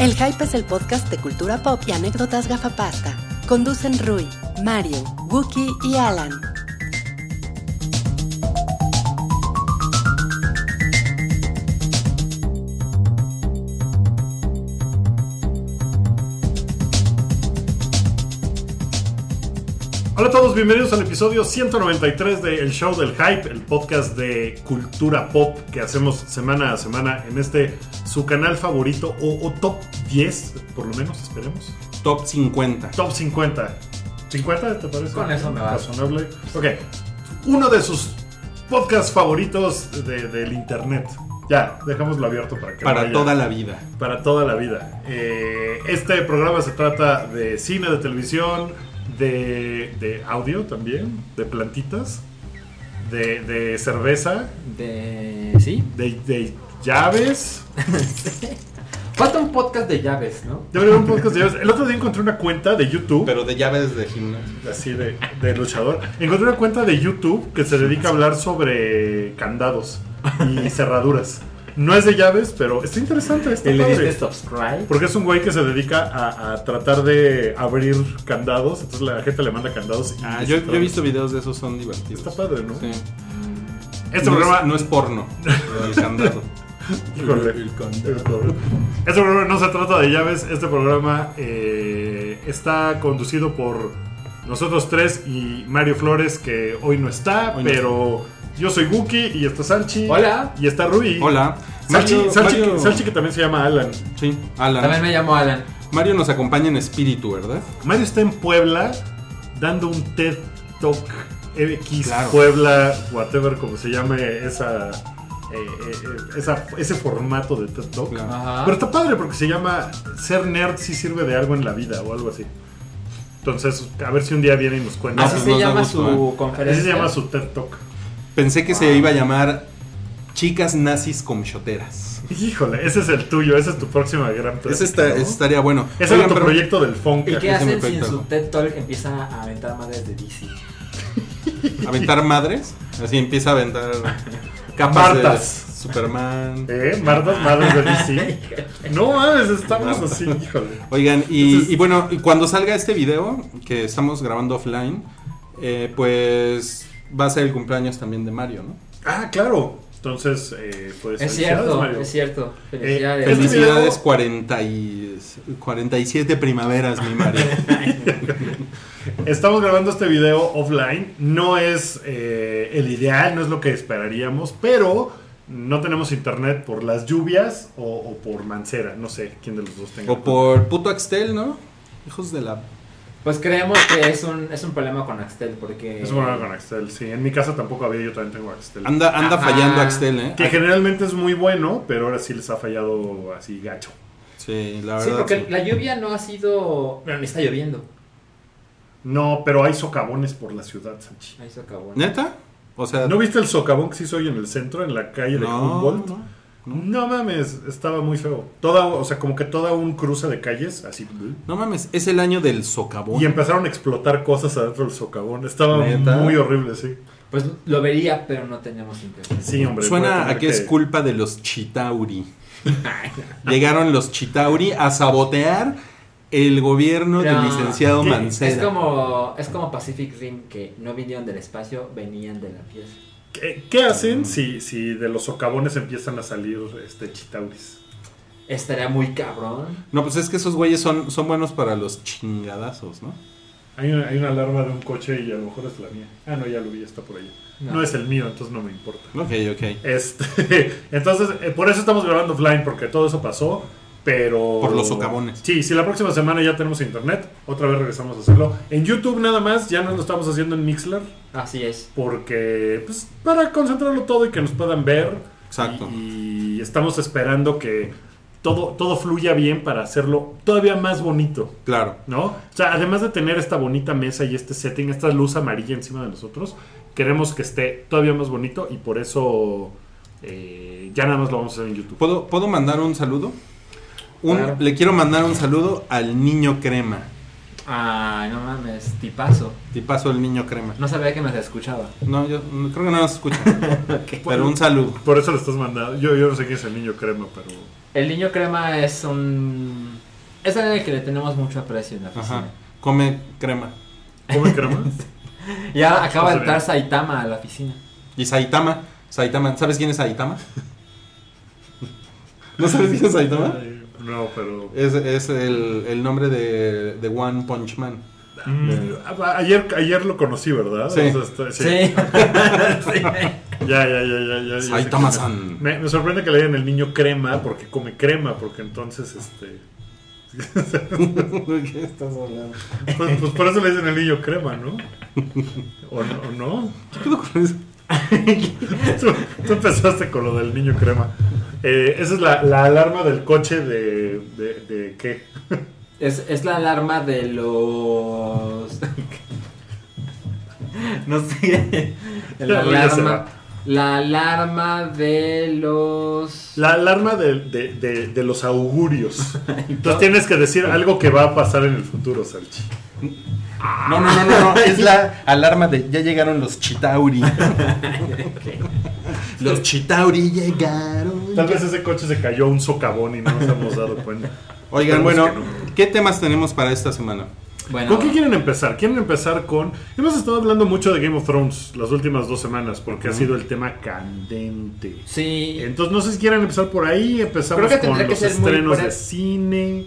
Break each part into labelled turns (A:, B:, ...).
A: El Hype es el podcast de cultura pop y anécdotas gafapasta. Conducen Rui, Mario, Wookie y Alan.
B: Hola a todos, bienvenidos al episodio 193 de El Show del Hype, el podcast de cultura pop que hacemos semana a semana en este su canal favorito o, o top 10, por lo menos, esperemos.
C: Top 50.
B: Top 50. ¿50 te parece?
D: Con eso me va.
B: Razonable. Ok. Uno de sus podcasts favoritos de- del internet. Ya, dejámoslo abierto para que
C: Para
B: vaya
C: toda la vida.
B: para toda la vida. Eh, este programa se trata de cine, de televisión, de, de audio también, de plantitas, de, de cerveza,
D: De. Sí.
B: de, de llaves.
D: Falta un podcast de llaves, ¿no?
B: Yo abrí un podcast de llaves. El otro día encontré una cuenta de YouTube,
C: Pero de llaves de gimnasio.
B: así de, de luchador. Encontré una cuenta de YouTube que se dedica a hablar sobre candados y cerraduras. No es de llaves, pero está interesante. Está
D: Y le
B: padre.
D: diste subscribe.
B: Porque es un güey que se dedica a, a tratar de abrir candados. Entonces la gente le manda candados. y-
C: Ah, yo, yo he visto videos de esos, son divertidos.
B: Está padre, ¿no?
C: Sí.
B: Este
C: no
B: programa.
C: es, no es porno. pero el candado.
B: Híjole. Este programa no se trata de llaves. Este programa eh, está conducido por nosotros tres y Mario Flores, que hoy no está,
C: Hoy no
B: pero yo soy Guki y está Salchi.
D: Hola.
B: Y está Rui.
C: Hola.
B: Salchi,
C: Mario-
B: Salchi-
C: Mario-
B: Salchi, que también se llama Alan.
C: Sí, Alan.
D: También me llamo Alan.
C: Mario nos acompaña en espíritu, ¿verdad?
B: Mario está en Puebla dando un TED Talk EBX
C: Claro.
B: Puebla, whatever, como se llame esa, eh, eh, eh, esa- ese formato de TED Talk.
C: Claro.
D: Ajá.
B: Pero está padre porque se llama Ser nerd si sirve de algo en la vida o algo así. Entonces, a ver si un día viene y nos cuenta.
C: Ah,
D: Así
C: pues
D: se
C: nos da
D: llama
C: gusto,
D: su
C: ¿eh?
D: conferencia.
B: Así se llama su TED Talk.
C: Pensé que se iba a llamar Chicas Nazis con Choteras.
B: Híjole, ese es el tuyo, esa es tu próxima gran plática,
C: Ese está-
B: ¿no?
C: ese estaría bueno.
B: Ese
C: Oigan,
B: era tu
C: pero-
B: proyecto del funk. ¿eh?
D: ¿Y qué
C: Déjame
D: hacen si en
C: proyectar.
D: su TED Talk empieza a aventar madres de DC?
B: Pues
C: Aventar madres. Así empieza a aventar capas de
B: Martas.
C: Superman.
B: ¿Eh? Mardas, madres de DC. No mames, estamos
C: Mardas.
B: así, híjole.
C: Oigan, y,
B: Entonces-
C: y bueno, y cuando salga este video, que estamos grabando offline, eh, pues va a ser el cumpleaños también de Mario, ¿no?
B: Ah, claro. Entonces, eh, pues.
D: Es
B: felicidades,
D: cierto,
B: Mario.
D: es cierto. Felicidades.
B: Este
C: Felicidades
B: video-
C: 40 y- 47 primaveras, mi Mario.
B: Estamos grabando este video offline. No es eh, el ideal, no es lo que esperaríamos, pero no tenemos internet por las lluvias o, o por mancera. No sé quién de los dos tenga.
C: o por puto Axtel, ¿no? Hijos de la...
D: Pues creemos que es un, es un problema con Axtel porque...
B: Es un problema con Axtel, sí. En mi casa tampoco había, yo también tengo Axtel.
C: Anda, anda
D: Ajá.
C: fallando Axtel, ¿eh?
B: que generalmente es muy bueno, pero ahora sí les ha fallado así gacho.
C: Sí, la verdad.
D: Sí, porque
C: sí.
D: la lluvia no ha sido... Bueno, ni está lloviendo.
B: No, pero hay socavones por la ciudad, Sanchi.
D: Ahí se acabó.
C: ¿Neta? O sea...
B: ¿No viste el socavón que se hizo hoy en el centro, en la calle de Humboldt?
C: no.
B: No mames, estaba muy feo. Toda, o sea, como que toda un cruce de calles, así.
C: No mames, es el año del socavón.
B: Y empezaron a explotar cosas adentro del socavón. Estaba
C: ¿Neta?
B: muy horrible, sí.
D: Pues lo vería, pero no tenemos internet.
B: Sí, hombre. voy
C: Suena
B: tener
C: a que es culpa de los Chitauri. Llegaron los Chitauri a sabotear el gobierno
D: No.
C: del licenciado
B: ¿Qué?
C: Mancera.
D: Es como, es como Pacific Rim, que no vinieron del espacio, venían de la pieza.
B: ¿Qué, qué hacen si, si de los socavones empiezan a salir este, chitauris?
D: Estaría muy cabrón.
C: No, pues es que esos güeyes son, son buenos para los chingadazos, ¿no?
B: Hay una, hay una alarma de un coche y a lo mejor es la mía. Ah, no, ya lo vi, está por allá. No,
D: No.
B: es el mío, entonces no me importa.
C: Ok, ok.
B: Este, entonces, eh, por eso estamos grabando offline, porque todo eso pasó, pero...
C: Por los socavones.
B: Sí, si la próxima semana ya tenemos internet, otra vez regresamos a hacerlo. En YouTube nada más, ya no lo estamos haciendo en Mixler,
D: Así es.
B: porque, pues, para concentrarlo todo y que nos puedan ver.
C: Exacto.
B: Y, y estamos esperando que todo, todo fluya bien para hacerlo todavía más bonito.
C: Claro.
B: ¿no? O sea, además de tener esta bonita mesa y este setting, esta luz amarilla encima de nosotros, queremos que esté todavía más bonito y por eso eh, ya nada más lo vamos a hacer en YouTube.
C: ¿Puedo, ¿puedo mandar un saludo? Un-
D: Claro.
C: Le quiero mandar un saludo al niño crema.
D: Ah, no mames, tipazo.
C: Te paso el niño crema.
D: No sabía que me escuchaba.
C: No, yo no- creo que no nos escucha. Pero un saludo.
B: Por eso lo estás mandando. Yo, yo no sé quién es el niño crema, pero
D: El niño crema es un. Es alguien que le tenemos mucho aprecio en la oficina.
C: Ajá. Come crema.
B: ¿Come crema?
D: Ya acaba
B: Está
D: de entrar
B: bien.
D: Saitama a la oficina.
C: Y Saitama. Saitama. ¿Sabes quién es Saitama? ¿No sabes quién es Saitama?
B: Ay, No, pero.
C: Es, es el, el nombre de, de One Punch Man.
B: Mm, a- ayer, ayer lo conocí, ¿verdad?
C: Sí.
B: está- sí.
D: Sí.
B: Ya, ya, ya, ya, ya, ya. sé
C: Saitama-san.
B: que Me, me- me sorprende que le digan el niño crema porque come crema, porque entonces este.
C: ¿De qué estás hablando?
B: Pues, pues por eso le dicen el niño crema, ¿no? ¿O no? o no?
C: ¿Qué pedo con eso?
B: Tú, tú empezaste con lo del niño crema. Eh, esa es la, la alarma del coche de. de, de ¿Qué?
D: Es, es la alarma de los. no sé. La
B: Ya, ya se
D: alarma.
B: va.
D: La alarma de los.
B: La alarma de, de, de, de los augurios. Entonces tienes que decir algo que va a pasar en el futuro, Salchi.
C: No, no, no, no, no. Es la alarma de ya llegaron los Chitauri. los Chitauri llegaron.
B: Tal vez ese coche se cayó a un socavón y no nos hemos dado cuenta.
C: Oigan,
B: Esperemos
C: bueno,
B: que no.
C: ¿qué temas tenemos para esta semana?
D: Bueno,
B: ¿Con qué quieren empezar? ¿Quieren empezar con.? Hemos estado hablando mucho de Game of Thrones las últimas dos semanas porque ha sido el tema candente.
D: sí.
B: Entonces, no sé si quieren empezar por ahí. Empezamos
D: Creo que
B: con
D: tendría
B: los
D: que ser muy
B: estrenos
D: breve.
B: de cine.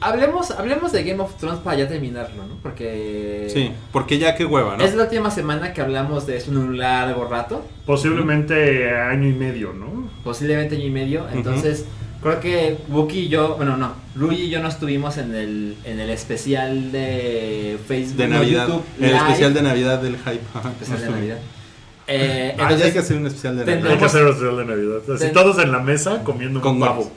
D: Hablemos, hablemos de Game of Thrones para ya terminarlo, ¿no? Porque.
C: Sí, porque ya qué hueva, ¿no?
D: Eh, Es la última semana que hablamos de eso en un largo rato,
B: Posiblemente año y medio, ¿no?
D: posiblemente año y medio. Entonces, creo que Buki y yo, bueno, no, Luigi y yo no estuvimos en el, en el especial de Facebook.
C: De
D: no,
C: Navidad.
D: YouTube
C: el
D: Live.
C: especial de Navidad del hype. Ajá,
D: Especial de
C: justo.
D: Navidad.
C: Ah, ya hay
D: Eh,
C: que
D: entonces,
C: hacer un especial de
D: Tendremos-
B: Hay que
C: Navidad.
B: hacer el especial de Navidad. Así,
D: Ten-
B: todos en la mesa comiendo
C: Con
B: un pavo.
C: gorros.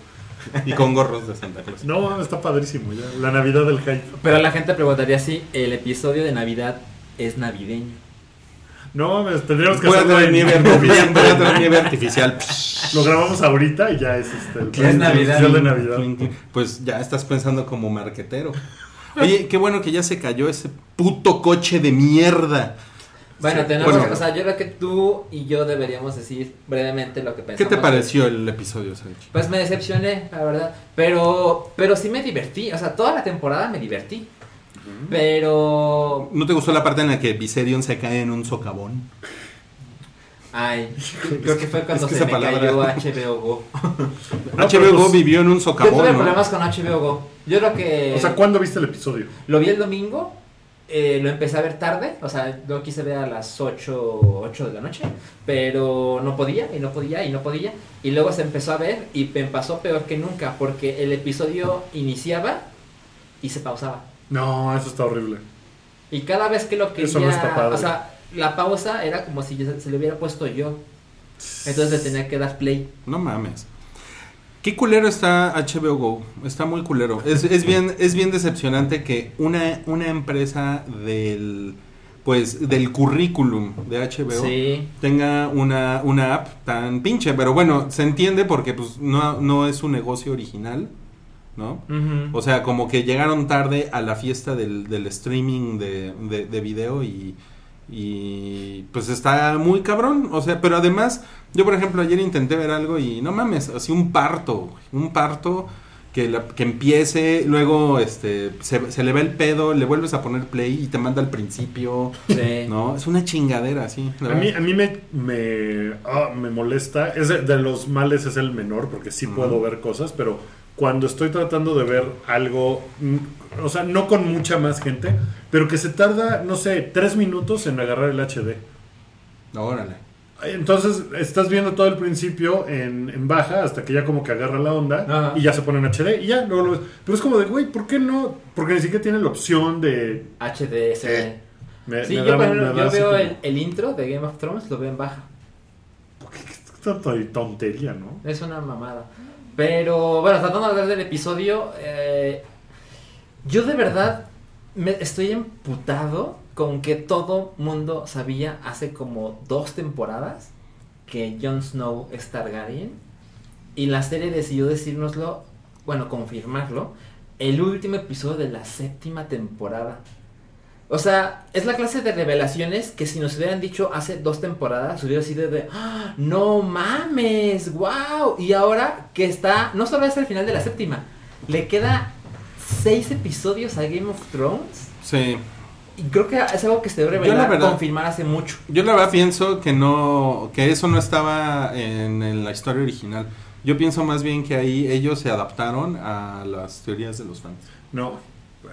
C: Y con gorros de Santa Claus.
B: No, mames, está padrísimo ya. La Navidad del hype.
D: pero la gente preguntaría si el episodio de Navidad es navideño.
B: No, mames, tendríamos que
C: Voy a
B: hacerlo
C: traer
B: en
C: nieve artificial.
B: noviembre.
C: Voy a traer nieve artificial.
B: Lo grabamos ahorita y ya es este. el-
D: Es
B: el
D: Navidad.
B: especial de Navidad.
C: Clink, clink. Pues ya estás pensando como marquetero. Oye, qué bueno que ya se cayó ese puto coche de mierda.
D: Bueno,
C: Sí,
D: tenemos,
C: bueno.
D: o sea, yo creo que tú y yo deberíamos decir brevemente lo que pensamos.
C: ¿Qué te
D: de-
C: pareció el episodio, Sergio?
D: Pues me decepcioné, la verdad. Pero, pero sí me divertí. O sea, toda la temporada me divertí. Pero.
C: ¿No te gustó la parte en la que Viserion se cae en un socavón?
D: Ay, creo que fue cuando
C: es que
D: se
C: esa
D: me
C: palabra-
D: cayó HBO Go.
B: No, pero
C: HBO
B: pues-
C: vivió en un
D: Yo tuve
C: socavón, ¿no?
D: problemas con HBO Go. Yo creo que.
B: O sea, ¿cuándo viste el episodio?
D: lo vi el domingo. eh, lo empecé a ver tarde, o sea, lo quise ver a las 8, 8 de la noche, pero no podía, y no podía, y no podía, y luego se empezó a ver y me pasó peor que nunca, porque el episodio iniciaba y se pausaba.
B: No, eso está horrible.
D: Y cada vez que lo quería,
B: Eso no está padre.
D: o sea, la pausa era como si yo- se le hubiera puesto yo. Entonces le tenía que dar play.
C: No mames. Qué culero está HBO Go. Está muy culero. Es, es bien, es bien decepcionante que una, una empresa del pues del currículum de HBO
D: Sí.
C: tenga una, una app tan pinche. Pero bueno, se entiende porque pues no, no es un negocio original, ¿no? O sea, como que llegaron tarde a la fiesta del, del streaming de, de- de video y, y, pues está muy cabrón. O sea, pero además, yo por ejemplo ayer intenté ver algo y no mames, así un parto, güey, un parto que, la- que empiece, luego este se, se le va el pedo, le vuelves a poner play y te manda al principio.
D: Sí.
C: No, es una chingadera, sí. la
B: A mí,
C: verdad.
B: a mí me, me, ah, me molesta. Es de, de los males es el menor porque sí puedo ver cosas, pero cuando estoy tratando de ver algo, mm, o sea, no con mucha más gente, pero que se tarda, no sé, tres minutos en agarrar el HD.
C: Órale.
B: Entonces estás viendo todo el principio en, en baja hasta que ya como que agarra la onda
D: Ajá.
B: y ya se pone en HD y ya, luego lo ves. Pero es como de, güey, ¿por qué no? Porque ni siquiera tiene la opción de...
D: HDS.
B: Sí. Eh, me-
D: Sí,
B: me
D: yo,
B: da-
D: por
B: me
D: ejemplo,
B: da
D: yo
B: así
D: veo
B: como-
D: el, el intro de Game of Thrones, lo veo en baja.
B: Tanta tontería, ¿no?
D: Es una mamada. Pero bueno, tratando de hablar del episodio, eh, yo de verdad me estoy emputado con que todo mundo sabía hace como dos temporadas que Jon Snow es Targaryen y la serie decidió decírnoslo, bueno, confirmarlo, el último episodio de la séptima temporada. O sea, es la clase de revelaciones que si nos hubieran dicho hace dos temporadas, hubiera sido de, ¡Ah, no mames, wow. Y ahora que está, no solo es el final de la séptima, le queda seis episodios a Game of Thrones.
C: Sí.
D: Y creo que es algo que se debe
C: Yo la
D: revelar,
C: verdad-
D: confirmar hace mucho.
C: Yo la verdad pienso que no, que eso no estaba en, en la historia original. Yo pienso más bien que ahí ellos se adaptaron a las teorías de los fans.
B: No.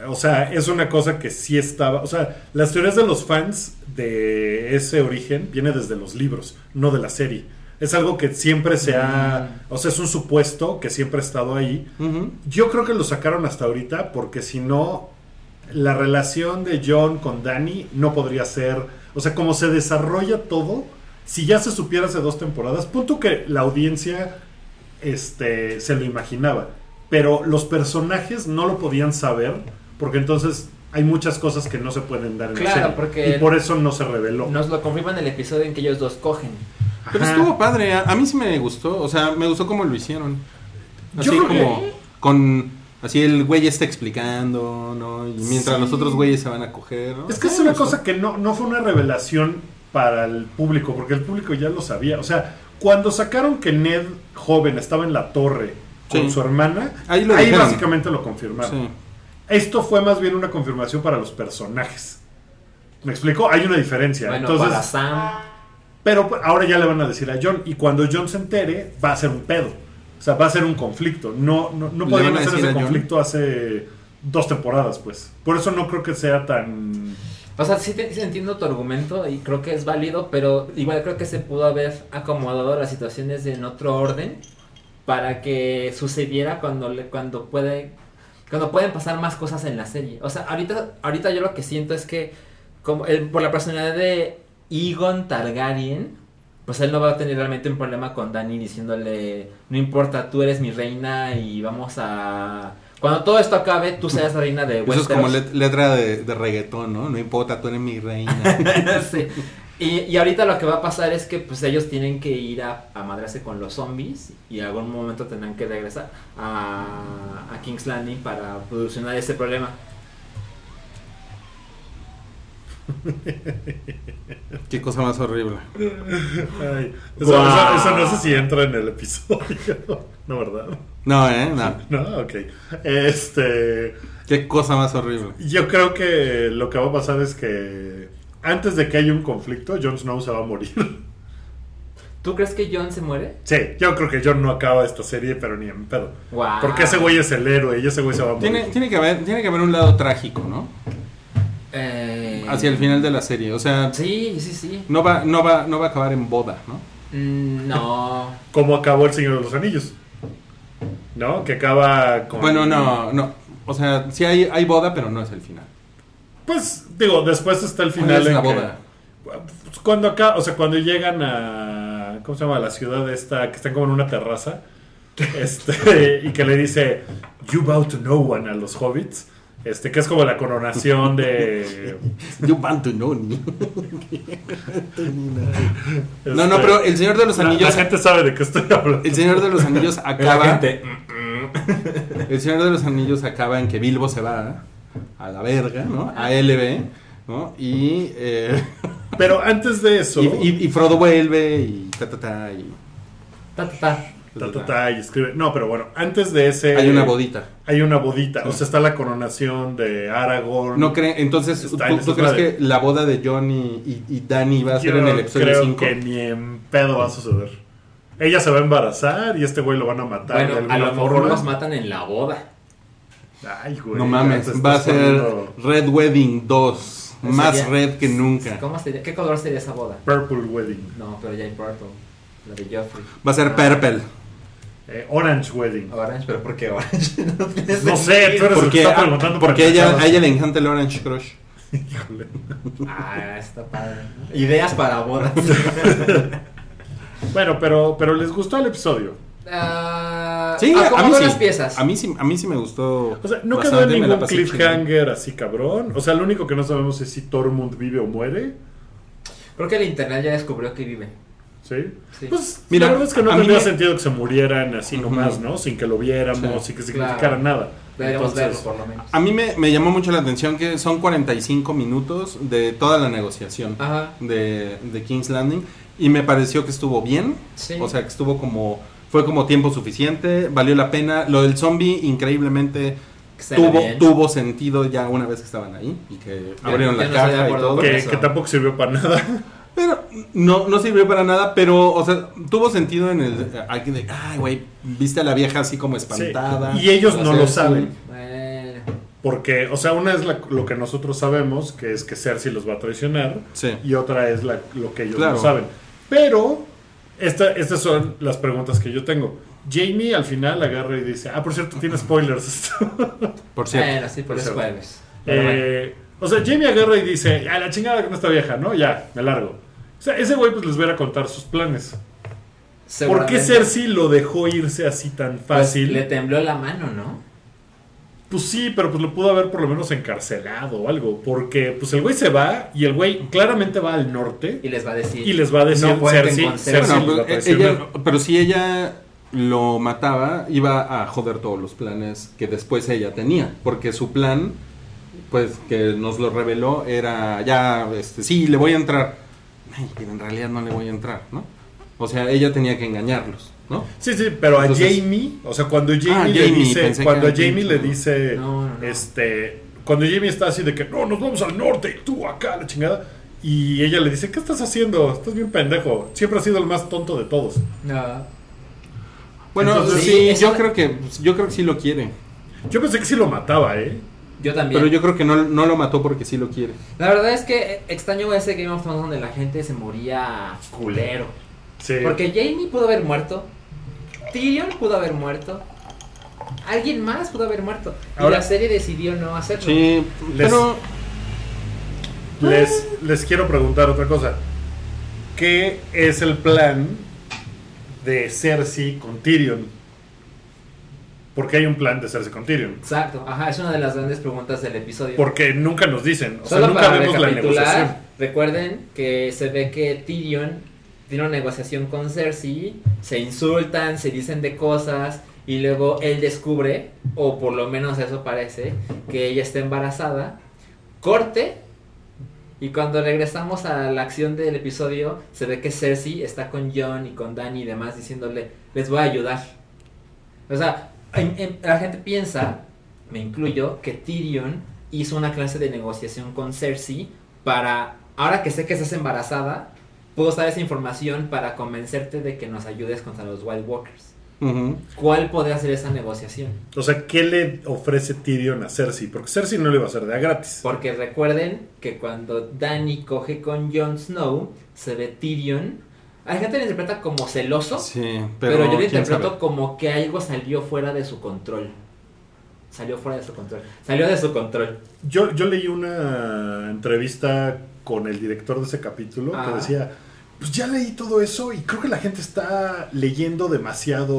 B: O sea, es una cosa que sí estaba. O sea, las teorías de los fans de ese origen viene desde los libros, no de la serie. Es algo que siempre se ha. O sea, es un supuesto que siempre ha estado ahí.
C: Ujú.
B: Yo creo que lo sacaron hasta ahorita porque si no, la relación de John con Danny no podría ser... O sea, como se desarrolla todo, si ya se supiera hace dos temporadas, punto que la audiencia este, se lo imaginaba, pero los personajes no lo podían saber porque entonces hay muchas cosas que no se pueden dar en la
D: Claro,
B: serie,
D: porque-
B: y por eso no se reveló.
D: Nos lo confirman en el episodio en que ellos dos cogen.
C: Pero
B: Ajá.
C: estuvo padre, a, a mí sí me gustó, o sea, me gustó como lo hicieron. Así
B: Yo creo
C: como con así el güey está explicando, ¿no? Y mientras
B: Sí.
C: los otros güeyes se van a coger. ¿no?
B: Es que
C: Sí,
B: es
C: me
B: una
C: gustó.
B: cosa que no, no fue una revelación para el público, porque el público ya lo sabía. O sea, cuando sacaron que Ned joven estaba en la torre con
C: Sí.
B: su hermana,
C: Ahí
B: ahí,
C: lo dijeron.
B: básicamente lo confirmaron.
C: Sí.
B: Esto fue más bien una confirmación para los personajes. ¿Me explico? Hay una diferencia.
D: Bueno,
B: Entonces,
D: para Sam.
B: pero ahora ya le van a decir a John, y cuando John se entere, va a ser un pedo. O sea, va a ser un conflicto. No, no, no
C: ¿Le
B: podían
C: van a
B: hacer
C: decir
B: ese
C: a John?
B: conflicto hace dos temporadas, pues. Por eso no creo que sea tan...
D: O sea, sí, te- sí entiendo tu argumento y creo que es válido, pero igual creo que se pudo haber acomodado las situaciones en otro orden para que sucediera cuando le, cuando puede cuando pueden pasar más cosas en la serie. O sea, ahorita ahorita yo lo que siento es que como el- por la personalidad de Egon Targaryen, pues él no va a tener realmente un problema con Dani diciéndole, no importa, tú eres mi reina y vamos a cuando todo esto acabe, tú serás la reina de
C: Eso
D: Westeros.
C: es como let- letra de, de reggaetón, ¿no? No importa, tú eres mi reina.
D: Sí. Y, y ahorita lo que va a pasar es que pues ellos tienen que ir a, a madrarse con los zombies y en algún momento tendrán que regresar a, a King's Landing para solucionar ese problema.
C: Qué cosa más horrible.
B: Ay, eso,
D: Guau.
B: eso- eso no sé si entra en el episodio. No, ¿verdad?
C: No, ¿eh? No.
B: No, ok. Este.
C: Qué cosa más horrible.
B: Yo creo que lo que va a pasar es que antes de que haya un conflicto, Jon Snow se va a morir.
D: ¿Tú crees que John se muere?
B: Sí, yo creo que Jon no acaba esta serie, pero ni en pedo.
D: Guau.
B: Porque ese güey es el héroe y ese güey se va a morir.
C: Tiene, tiene, que haber, tiene que haber un lado trágico, ¿no?
D: Eh,
C: Hacia el final de la serie. O sea,
D: Sí, sí, sí.
C: no va, no va, no va a acabar en boda, ¿no?
D: Mm, no.
B: Como acabó El Señor de los Anillos. ¿No? Que acaba con.
C: Bueno, no, no. O sea, sí hay, hay boda, pero no es el final.
B: Pues, digo, después está el
C: ¿Cuál
B: final.
C: es
B: en
C: la
B: que- Pues,
C: boda.
B: Cuando acá, o sea, cuando llegan a. ¿Cómo se llama? La ciudad esta, que están como en una terraza. Este, y que le dice, You bow to no one a los hobbits. Este, que es como la coronación de.
C: You want to know. No, no,
B: este,
C: pero el Señor de los
B: la- La,
C: Anillos.
B: gente sabe de qué estoy hablando.
C: El Señor de los Anillos acaba.
D: La gente,
C: El Señor de los Anillos acaba en que Bilbo se va a la verga, ¿no? A LB, ¿no? Y, eh,
B: Pero antes de eso.
C: y, y- y Frodo vuelve y ta ta ta. Y,
D: Ta, ta, ta.
B: ta, ta, ta, y escribe. No, pero bueno, antes de ese.
C: Hay una bodita.
B: Hay una bodita. O sea, está la coronación de Aragorn.
C: No cree, entonces, ¿tú,
B: Está en esa
C: tú crees
B: madre.
C: que la boda de John y, y, y Dani va a ser en el episodio
B: creo
C: 5?
B: que ni en pedo va a suceder. Ella se va a embarazar y este güey lo van a matar. de
D: Bueno,
B: alguna
D: a lo mejor
B: forma.
D: los matan en la boda.
B: Ay, güey.
C: No
B: ya te
C: mames,
B: estás
C: va a ser
B: poniendo
C: Red Wedding 2. Más
D: Sería-
C: red que nunca.
D: ¿Cómo sería? ¿Qué color sería esa boda?
B: Purple Wedding.
D: No, pero ya hay purple. La de Joffrey.
C: Va a ser Purple.
B: Eh, orange Wedding.
D: Orange, pero ¿por qué orange? No, tiene
B: No sé, tú eres el que
C: Porque,
B: está preguntando.
C: porque ella,
B: pendejadas.
C: a ella le encanta el Orange Crush.
B: Híjole.
D: Ah, está padre. Ideas para bodas.
B: Bueno, pero, pero les gustó el episodio.
D: Ah,
C: Sí, a, a
D: acomodó
C: mí sí.
D: las piezas.
C: A mí sí, a mí sí me gustó.
B: O sea, no quedó
C: bastante, me la
B: ningún
C: pasé chido.
B: cliffhanger así cabrón. O sea, lo único que no sabemos es si Tormund vive o muere.
D: Creo que el internet ya descubrió que vive.
B: ¿Sí?
D: Sí.
B: Pues
C: Mira,
B: la verdad es que no
C: a mí
B: tendría
C: me-
B: sentido que se murieran así
C: Ujú.
B: nomás, ¿no? Sin que lo viéramos,
C: Sí.
B: sin que significara
D: Claro.
B: nada.
D: Deberíamos verlo,
B: Entonces,
D: por lo menos.
C: A mí me, me llamó mucho la atención que son 45 minutos de toda la negociación
D: Ajá.
C: de, de King's Landing y me pareció que estuvo bien.
D: Sí.
C: O sea, que estuvo como... Fue como tiempo suficiente, valió la pena. Lo del zombie increíblemente
D: Que se vea
C: tuvo,
D: bien.
C: tuvo sentido ya una vez que estaban ahí y que
D: Ya,
C: abrieron la
D: ya no estoy de
C: caja y
D: acuerdo
C: todo.
D: con
B: Que,
D: eso.
B: que tampoco sirvió para nada.
C: Pero no, no sirvió para nada, pero, o sea, tuvo sentido en el. aquí de, Ay, güey, viste a la vieja así como espantada.
B: Sí. Y ellos
C: O
B: no
C: sea,
B: lo
C: sí.
B: saben.
D: Bueno.
B: Porque, o sea, una es la- lo que nosotros sabemos, que es que Cersei los va a traicionar.
C: Sí.
B: Y otra es la- lo que ellos
C: Claro.
B: no saben. Pero, esta- estas son las preguntas que yo tengo. Jamie al final agarra y dice, ah, por cierto, tiene spoilers esto.
C: Por cierto.
D: Bueno, sí, pero
B: Por
D: es
B: cierto.
D: jueves. Pero bueno.
B: Eh, o sea, Jamie agarra y dice, a la chingada con esta vieja, ¿no? Ya, me largo. O sea, ese güey pues les va a ir a contar sus planes. ¿Por qué
D: Seguramente,
B: Cersei lo dejó irse así tan
D: pues,
B: fácil?
D: le tembló la mano, ¿no?
B: Pues sí, pero pues lo pudo haber por lo menos encarcelado o algo. Porque pues el güey se va y el güey claramente va al norte
D: Y les va a decir.
B: y les va a decir
D: No cuenten
B: Cersei,
D: con
B: Cersei
D: Cersei".
C: Bueno,
B: los va a
C: pero,
B: traicionar".
C: ella- pero si ella lo mataba, iba a joder todos los planes que después ella tenía. Porque su plan, pues, que nos lo reveló, era ya, este, sí, le voy a entrar. Ay, pero en realidad no le voy a entrar, ¿no? O sea, ella tenía que engañarlos, ¿no?
B: Sí, sí, pero a
C: Entonces-
B: Jamie, o sea, cuando Jamie,
C: Ah,
B: le
C: Jaime,
B: dice,
C: pensé que
B: cuando a
C: era
B: Jamie
C: Pinto,
B: le
C: ¿no?
B: dice,
D: No, no, no.
B: este, cuando Jamie está así de que, no, nos vamos al norte, y tú acá, la chingada, y ella le dice, ¿qué estás haciendo? Estás bien pendejo, siempre has sido el más tonto de todos.
D: No.
C: Bueno,
D: Entonces, sí,
C: sí,
D: eso-
C: yo creo que yo creo que sí lo quiere.
B: Yo pensé que sí lo mataba, ¿eh?
D: Yo también.
C: Pero yo creo que no, no lo mató porque sí lo quiere.
D: La verdad es que eh, extraño ese Game of Thrones donde la gente se moría culero.
B: Sí.
D: Porque Jamie pudo haber muerto. Tyrion pudo haber muerto. Alguien más pudo haber muerto. Y
B: Ahora-
D: la serie decidió no hacerlo.
C: Sí,
B: Les-
C: pero
B: Les, les quiero preguntar otra cosa. ¿Qué es el plan de Cersei con Tyrion? Porque hay un plan de Cersei con Tyrion.
D: Exacto. Ajá, es una de las grandes preguntas del episodio.
B: Porque nunca nos dicen, o sea,
D: Solo
B: nunca
D: para
B: vemos la negociación.
D: recapitular, recuerden que se ve que Tyrion tiene una negociación con Cersei, se insultan, se dicen de cosas y luego él descubre, o por lo menos eso parece, que ella está embarazada. Corte. Y cuando regresamos a la acción del episodio, se ve que Cersei está con John y con Dany y demás diciéndole, les voy a ayudar. O sea, en- en- la gente piensa, me incluyo, que Tyrion hizo una clase de negociación con Cersei para, ahora que sé que estás embarazada, puedo usar esa información para convencerte de que nos ayudes contra los White Walkers.
C: ujú.
D: ¿Cuál podría ser esa negociación?
B: O sea, ¿qué le ofrece Tyrion a Cersei? Porque Cersei no le va a hacer de a gratis.
D: Porque recuerden que cuando Dany coge con Jon Snow, se ve Tyrion. La gente lo interpreta como celoso,
C: sí, pero,
D: pero, yo lo
C: quién
D: interpreto
C: sabe.
D: como que algo salió fuera de su control. Salió fuera de su control. Salió de su control.
B: Yo, yo leí una entrevista con el director de ese capítulo
D: Ah.
B: que decía, pues ya leí todo eso y creo que la gente está leyendo demasiado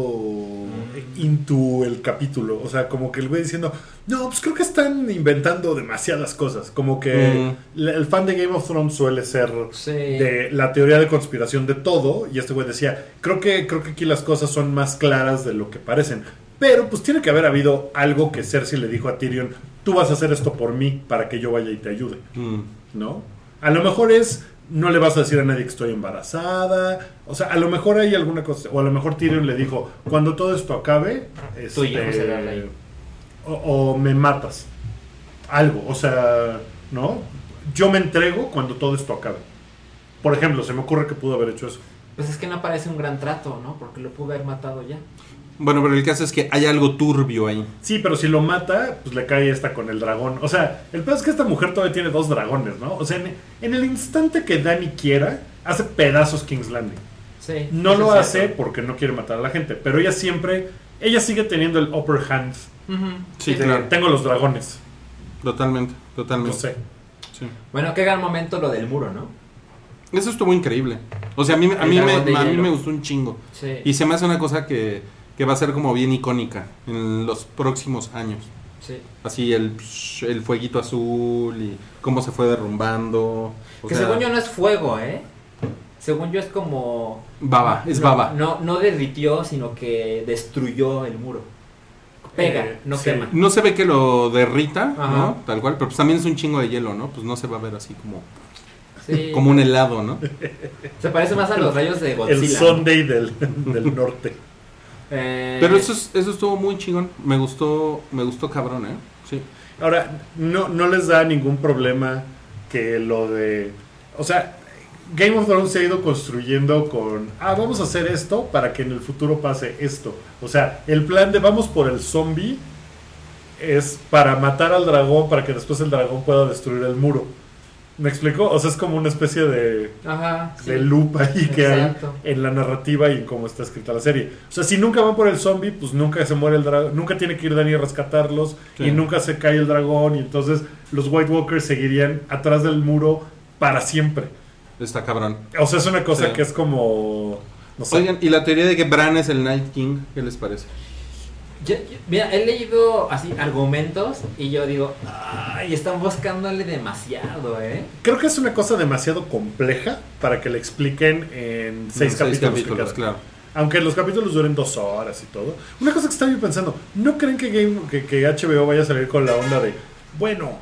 D: Mm.
B: into el capítulo. O sea, como que el güey diciendo, no, pues creo que están inventando demasiadas cosas. Como que la- el fan de Game of Thrones suele ser...
D: Mm. Sí.
B: de la teoría de conspiración de todo y este güey decía, creo que, creo que aquí las cosas son más claras de lo que parecen. Pero pues tiene que haber habido algo que Cersei le dijo a Tyrion, tú vas a hacer esto por mí para que yo vaya y te ayude,
C: Mm.
B: ¿no? A lo mejor es, no le vas a decir a nadie que estoy embarazada, o sea, a lo mejor hay alguna cosa, o a lo mejor Tyrion le dijo, cuando todo esto acabe,
D: Tú y yo
B: este,
D: se dan ahí.
B: o, o me matas, algo, o sea, ¿no? Yo me entrego cuando todo esto acabe. Por ejemplo, se me ocurre que pudo haber hecho eso.
D: Pues es que no parece un gran trato, ¿no? Porque lo pudo haber matado ya.
C: Bueno, pero el caso es que hay algo turbio ahí.
B: Sí, pero si lo mata, pues le cae esta con el dragón. O sea, el pedo es que esta mujer todavía tiene dos dragones, ¿no? O sea, en, en el instante que Dani quiera, hace pedazos King's Landing.
D: Sí.
B: No
D: eso
B: lo
D: es
B: hace
D: cierto.
B: porque no quiere matar a la gente, pero ella siempre, ella sigue teniendo el upper hand.
D: Ujú.
C: Sí,
B: de,
C: claro.
B: Tengo los dragones,
C: Totalmente, totalmente.
B: no sé.
C: Sí.
D: Bueno, qué gran momento lo del muro, ¿no?
C: Eso estuvo increíble. O sea, a mí, a
D: El
C: mí,
D: dragón de
C: me, a mí
D: hielo.
C: me gustó un chingo.
D: Sí.
C: Y se me hace una cosa que, que va a ser como bien icónica en los próximos años.
D: sí.
C: Así el, el fueguito azul y cómo se fue derrumbando. O
D: que
C: sea,
D: según yo no es fuego, ¿eh? Según yo es como...
C: Baba, es
D: no,
C: baba.
D: No, no derritió, sino que destruyó el muro. Pega,
B: Eh,
D: no
B: sí.
D: quema.
C: No se ve que lo derrita,
D: Ajá.
C: ¿no? Tal cual, pero pues también es un chingo de hielo, ¿no? Pues no se va a ver así como,
D: Sí.
C: como un helado, ¿no?
D: Se parece más a los rayos de Godzilla.
B: El Sunday del, del norte.
D: Eh,
C: Pero eso, es- eso estuvo muy chingón. Me gustó, me gustó cabrón, ¿eh? Sí.
B: Ahora, no, no les da ningún problema que lo de. O sea, Game of Thrones se ha ido construyendo con. Ah, vamos a hacer esto para que en el futuro pase esto. O sea, el plan de vamos por el zombie es para matar al dragón para que después el dragón pueda destruir el muro. ¿Me explico? O sea, es como una especie de,
D: Ajá. sí.
B: de loop ahí que
D: Exacto.
B: hay en la narrativa y en cómo está escrita la serie. O sea, si nunca van por el zombie, pues nunca se muere el dragón, nunca tiene que ir Dani a rescatarlos
C: Sí.
B: y nunca se cae el dragón y entonces los White Walkers seguirían atrás del muro para siempre.
C: Está cabrón.
B: O sea, es una cosa
C: Sí.
B: que es como... No sé.
C: Oigan, y la teoría de que Bran es el Night King, ¿qué les parece?
D: Yo- yo- mira, he leído así argumentos y yo digo, ay, están buscándole demasiado, ¿eh?
B: Creo que es una cosa demasiado compleja para que la expliquen en seis,
C: No,
B: capítulos, que quedan.
C: claro.
B: Aunque los capítulos duren dos horas y todo. Una cosa que estaba yo pensando, ¿no creen que, Game, que, que HBO vaya a salir con la onda de, bueno,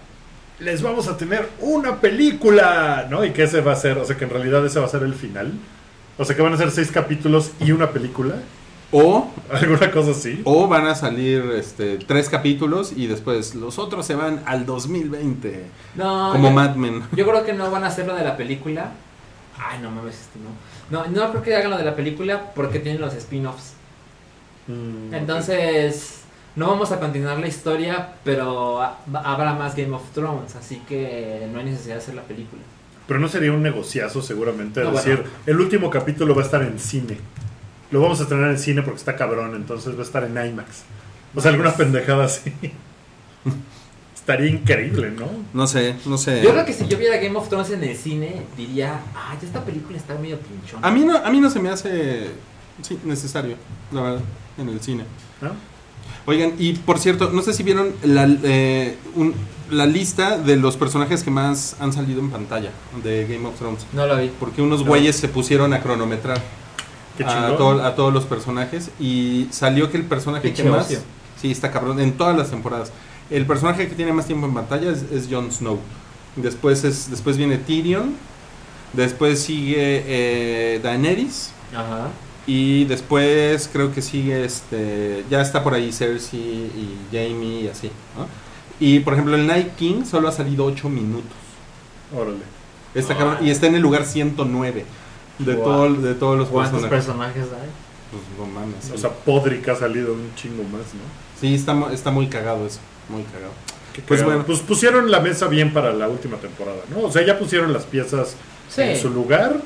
B: les vamos a tener una película, ¿no? Y que ese va a ser, o sea, que en realidad ese va a ser el final. O sea, que van a ser seis capítulos y una película.
C: O,
B: Alguna cosa así.
C: o van a salir este, tres capítulos y después los otros se van al 2020.
D: No,
C: como
D: yo,
C: Mad Men.
D: yo creo que no van a hacer lo de la película. Ay, no mames, este no. No, no creo que hagan lo de la película porque tienen los spin-offs.
B: Mm,
D: Entonces, no vamos a continuar la historia, pero ha- habrá más Game of Thrones, así que no hay necesidad de hacer la película.
B: Pero no sería un negociazo seguramente
D: No,
B: decir,
D: bueno.
B: el último capítulo va a estar en cine. Lo vamos a estrenar en cine porque está cabrón, entonces va a estar en IMAX. O sea, alguna pendejada así. Estaría increíble, ¿no?
C: No sé, no sé.
D: Yo creo que si yo viera Game of Thrones en el cine, diría, ay, esta película está medio pinchona.
C: A mí no, a mí no se me hace sí, necesario, la verdad, en el cine.
B: ¿No?
C: Oigan, y por cierto, no sé si vieron la, eh, un- la lista de los personajes que más han salido en pantalla de Game of Thrones.
D: No la vi.
C: Porque unos
B: No.
C: güeyes se pusieron a cronometrar
B: Qué
C: a,
B: chingón.
C: Ah, todo- a todos los personajes y salió que el personaje
D: Pinche
C: que más...
D: ocio.
C: Sí, está cabrón, en todas las temporadas. El personaje que tiene más tiempo en pantalla es, es Jon Snow. Después, es, después viene Tyrion. Después sigue eh, Daenerys.
D: Ajá.
C: Y después creo que sigue este. Ya está por ahí Cersei y Jamie y así, ¿no? Y por ejemplo, el Night King solo ha salido 8 minutos.
B: Órale.
C: Está cabrón, y está en el lugar 109 de,
D: Wow.
C: todo, de todos los
D: ¿Cuántos
C: personajes.
D: personajes hay?
C: Pues, no mames, sí.
B: O sea, Podrick ha salido un chingo más, ¿no?
C: Sí, está, mu- está muy cagado eso. Muy cagado.
B: Qué
C: Pues
B: cagado.
C: bueno.
B: pues pusieron la mesa bien para la última temporada, ¿no? O sea, ya pusieron las piezas en su lugar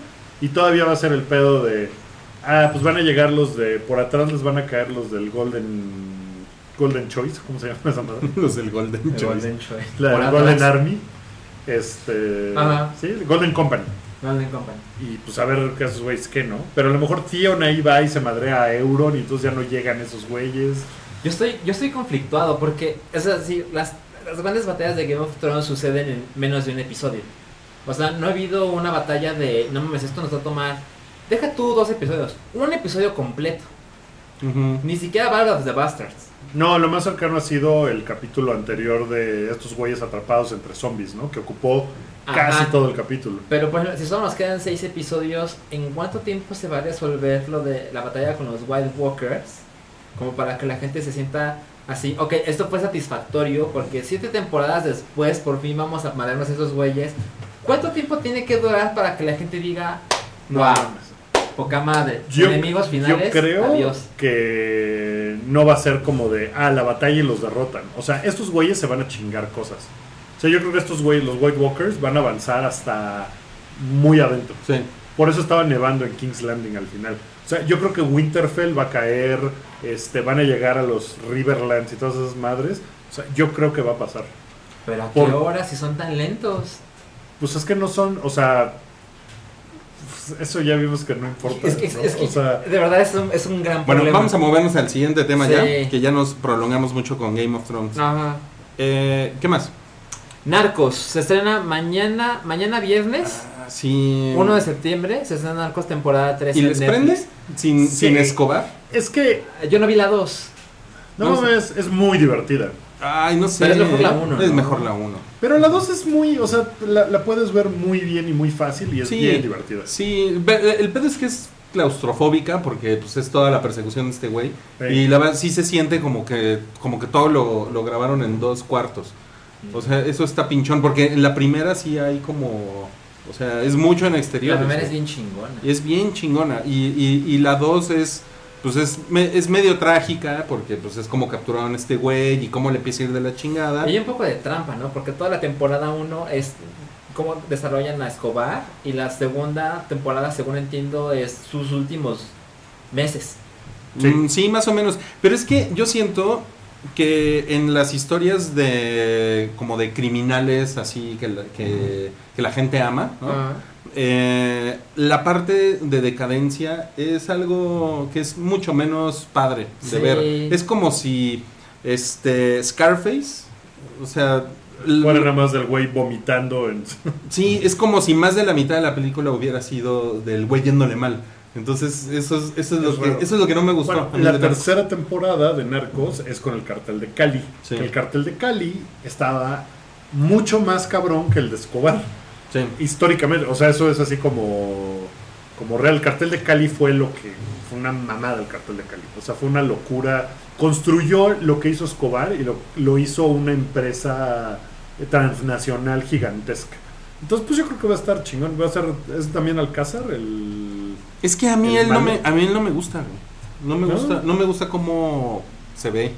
B: y todavía va a ser el pedo de ah pues van a llegar los de por atrás les van a caer los del Golden Golden Choice cómo se llama esa madre
C: Los del Golden
D: El
C: Choice.
D: Golden Choice.
B: la
D: Por
B: del
D: atrás.
B: Golden Army este
D: Ajá.
B: sí Golden Company
D: Golden Company.
B: y pues a ver qué esos güeyes qué no pero a lo mejor Theon ahí va y se madrea a Euron y entonces ya no llegan esos güeyes
D: Yo estoy, yo estoy conflictuado porque, es así, las, las grandes batallas de Game of Thrones suceden en menos de un episodio. O sea, no ha habido una batalla de, no mames, esto nos va a tomar. Deja tú dos episodios, un episodio completo.
C: Ujú.
D: Ni siquiera Battle of the Bastards.
B: no lo más cercano ha sido el capítulo anterior de estos güeyes atrapados entre zombies no que ocupó casi
D: Ajá.
B: todo el capítulo
D: Pero por ejemplo, si solo nos quedan seis episodios, ¿en cuánto tiempo se va a resolver lo de la batalla con los Wild Walkers? Como para que la gente se sienta así, ok, esto fue satisfactorio porque siete temporadas después por fin vamos a mandarnos esos güeyes. ¿Cuánto tiempo tiene que durar para que la gente diga,
B: No
D: wow,
B: mames.
D: poca madre,
B: Yo-
D: enemigos finales,
B: Yo creo
D: adiós?
B: que no va a ser como de, ah, la batalla y los derrotan. O sea, estos güeyes se van a chingar cosas. O sea, yo creo que estos güeyes, los White Walkers, van a avanzar hasta muy adentro.
C: Sí.
B: Por eso estaba nevando en King's Landing al final. O sea, yo creo que Winterfell va a caer, este, van a llegar a los Riverlands y todas esas madres. O sea, yo creo que va a pasar.
D: Pero a qué
B: por-
D: hora si son tan lentos?
B: Pues es que no son, o sea, pues eso ya vimos que no importa.
D: Es que, es-
B: ¿no?
D: es que
B: o sea,
D: de verdad es un, es un gran
C: Bueno,
D: problema.
C: vamos a movernos al siguiente tema
D: Sí.
C: ya, que ya nos prolongamos mucho con Game of Thrones.
D: Ajá.
C: Eh, ¿Qué más?
D: Narcos se estrena mañana, mañana viernes,
C: Ah, sí.
D: 1 de septiembre, se estrena Narcos temporada 3.
C: ¿Y les prende?
B: Sí.
C: Sin,
D: Eh,
C: sin Escobar.
B: es que
D: Yo no vi la 2.
B: No,
C: No sé.
B: mames, es muy divertida.
C: Ay, no sé.
D: Pero es mejor la uno,
C: Es
D: ¿no?
C: mejor la 1.
B: Pero la 2 es muy, o sea, la, la puedes ver muy bien y muy fácil y es bien divertida.
C: Sí, ve- el pedo es que es claustrofóbica porque pues es toda la persecución de este güey
B: Sí.
C: y la verdad sí se siente como que como que todo lo, lo grabaron en dos cuartos o sea eso está pinchón porque en la primera sí hay como o sea es mucho en exterior
D: La primera es bien chingona.
C: y es bien chingona. Y, y- y la 2 es, pues es, me- es medio trágica porque pues es como capturaron a este güey y cómo le empieza a ir de la chingada.
D: Y hay un poco de trampa, ¿no? Porque toda la temporada 1 es cómo desarrollan a Escobar y la segunda temporada, según entiendo, es sus últimos meses.
B: Sí.
C: Mm, sí, más o menos. Pero es que yo siento que en las historias de como de criminales así que la, que, que la gente ama, ¿no?
D: Ah.
C: Eh, la parte de decadencia es algo que es mucho menos padre de
D: Sí.
C: ver. Es como si este Scarface, o sea, l-
B: ¿Cuál era más del güey vomitando en...
C: sí, es como si más de la mitad de la película hubiera sido del güey yéndole mal. Entonces, eso es, eso
B: Es
C: es, lo, que,
B: raro.
C: eso es lo que no me gustó.
B: Bueno,
C: a mí
B: la
C: de ver.
B: tercera temporada de Narcos es con el cartel de Cali.
C: Sí.
B: Que El cartel de Cali estaba mucho más cabrón que el de Escobar.
C: Sí.
B: Históricamente, o sea, eso es así como, como real. El cartel de Cali fue lo que fue una mamada el cartel de Cali. O sea, fue una locura. Construyó lo que hizo Escobar y lo, lo hizo una empresa transnacional gigantesca. Entonces, pues yo creo que va a estar chingón. Va a ser, es también Alcázar el...
C: Es que a mí
B: El
C: él no
B: malo.
C: me, a mí él no me gusta, güey. No me
B: ¿No?
C: gusta, no me gusta cómo se ve.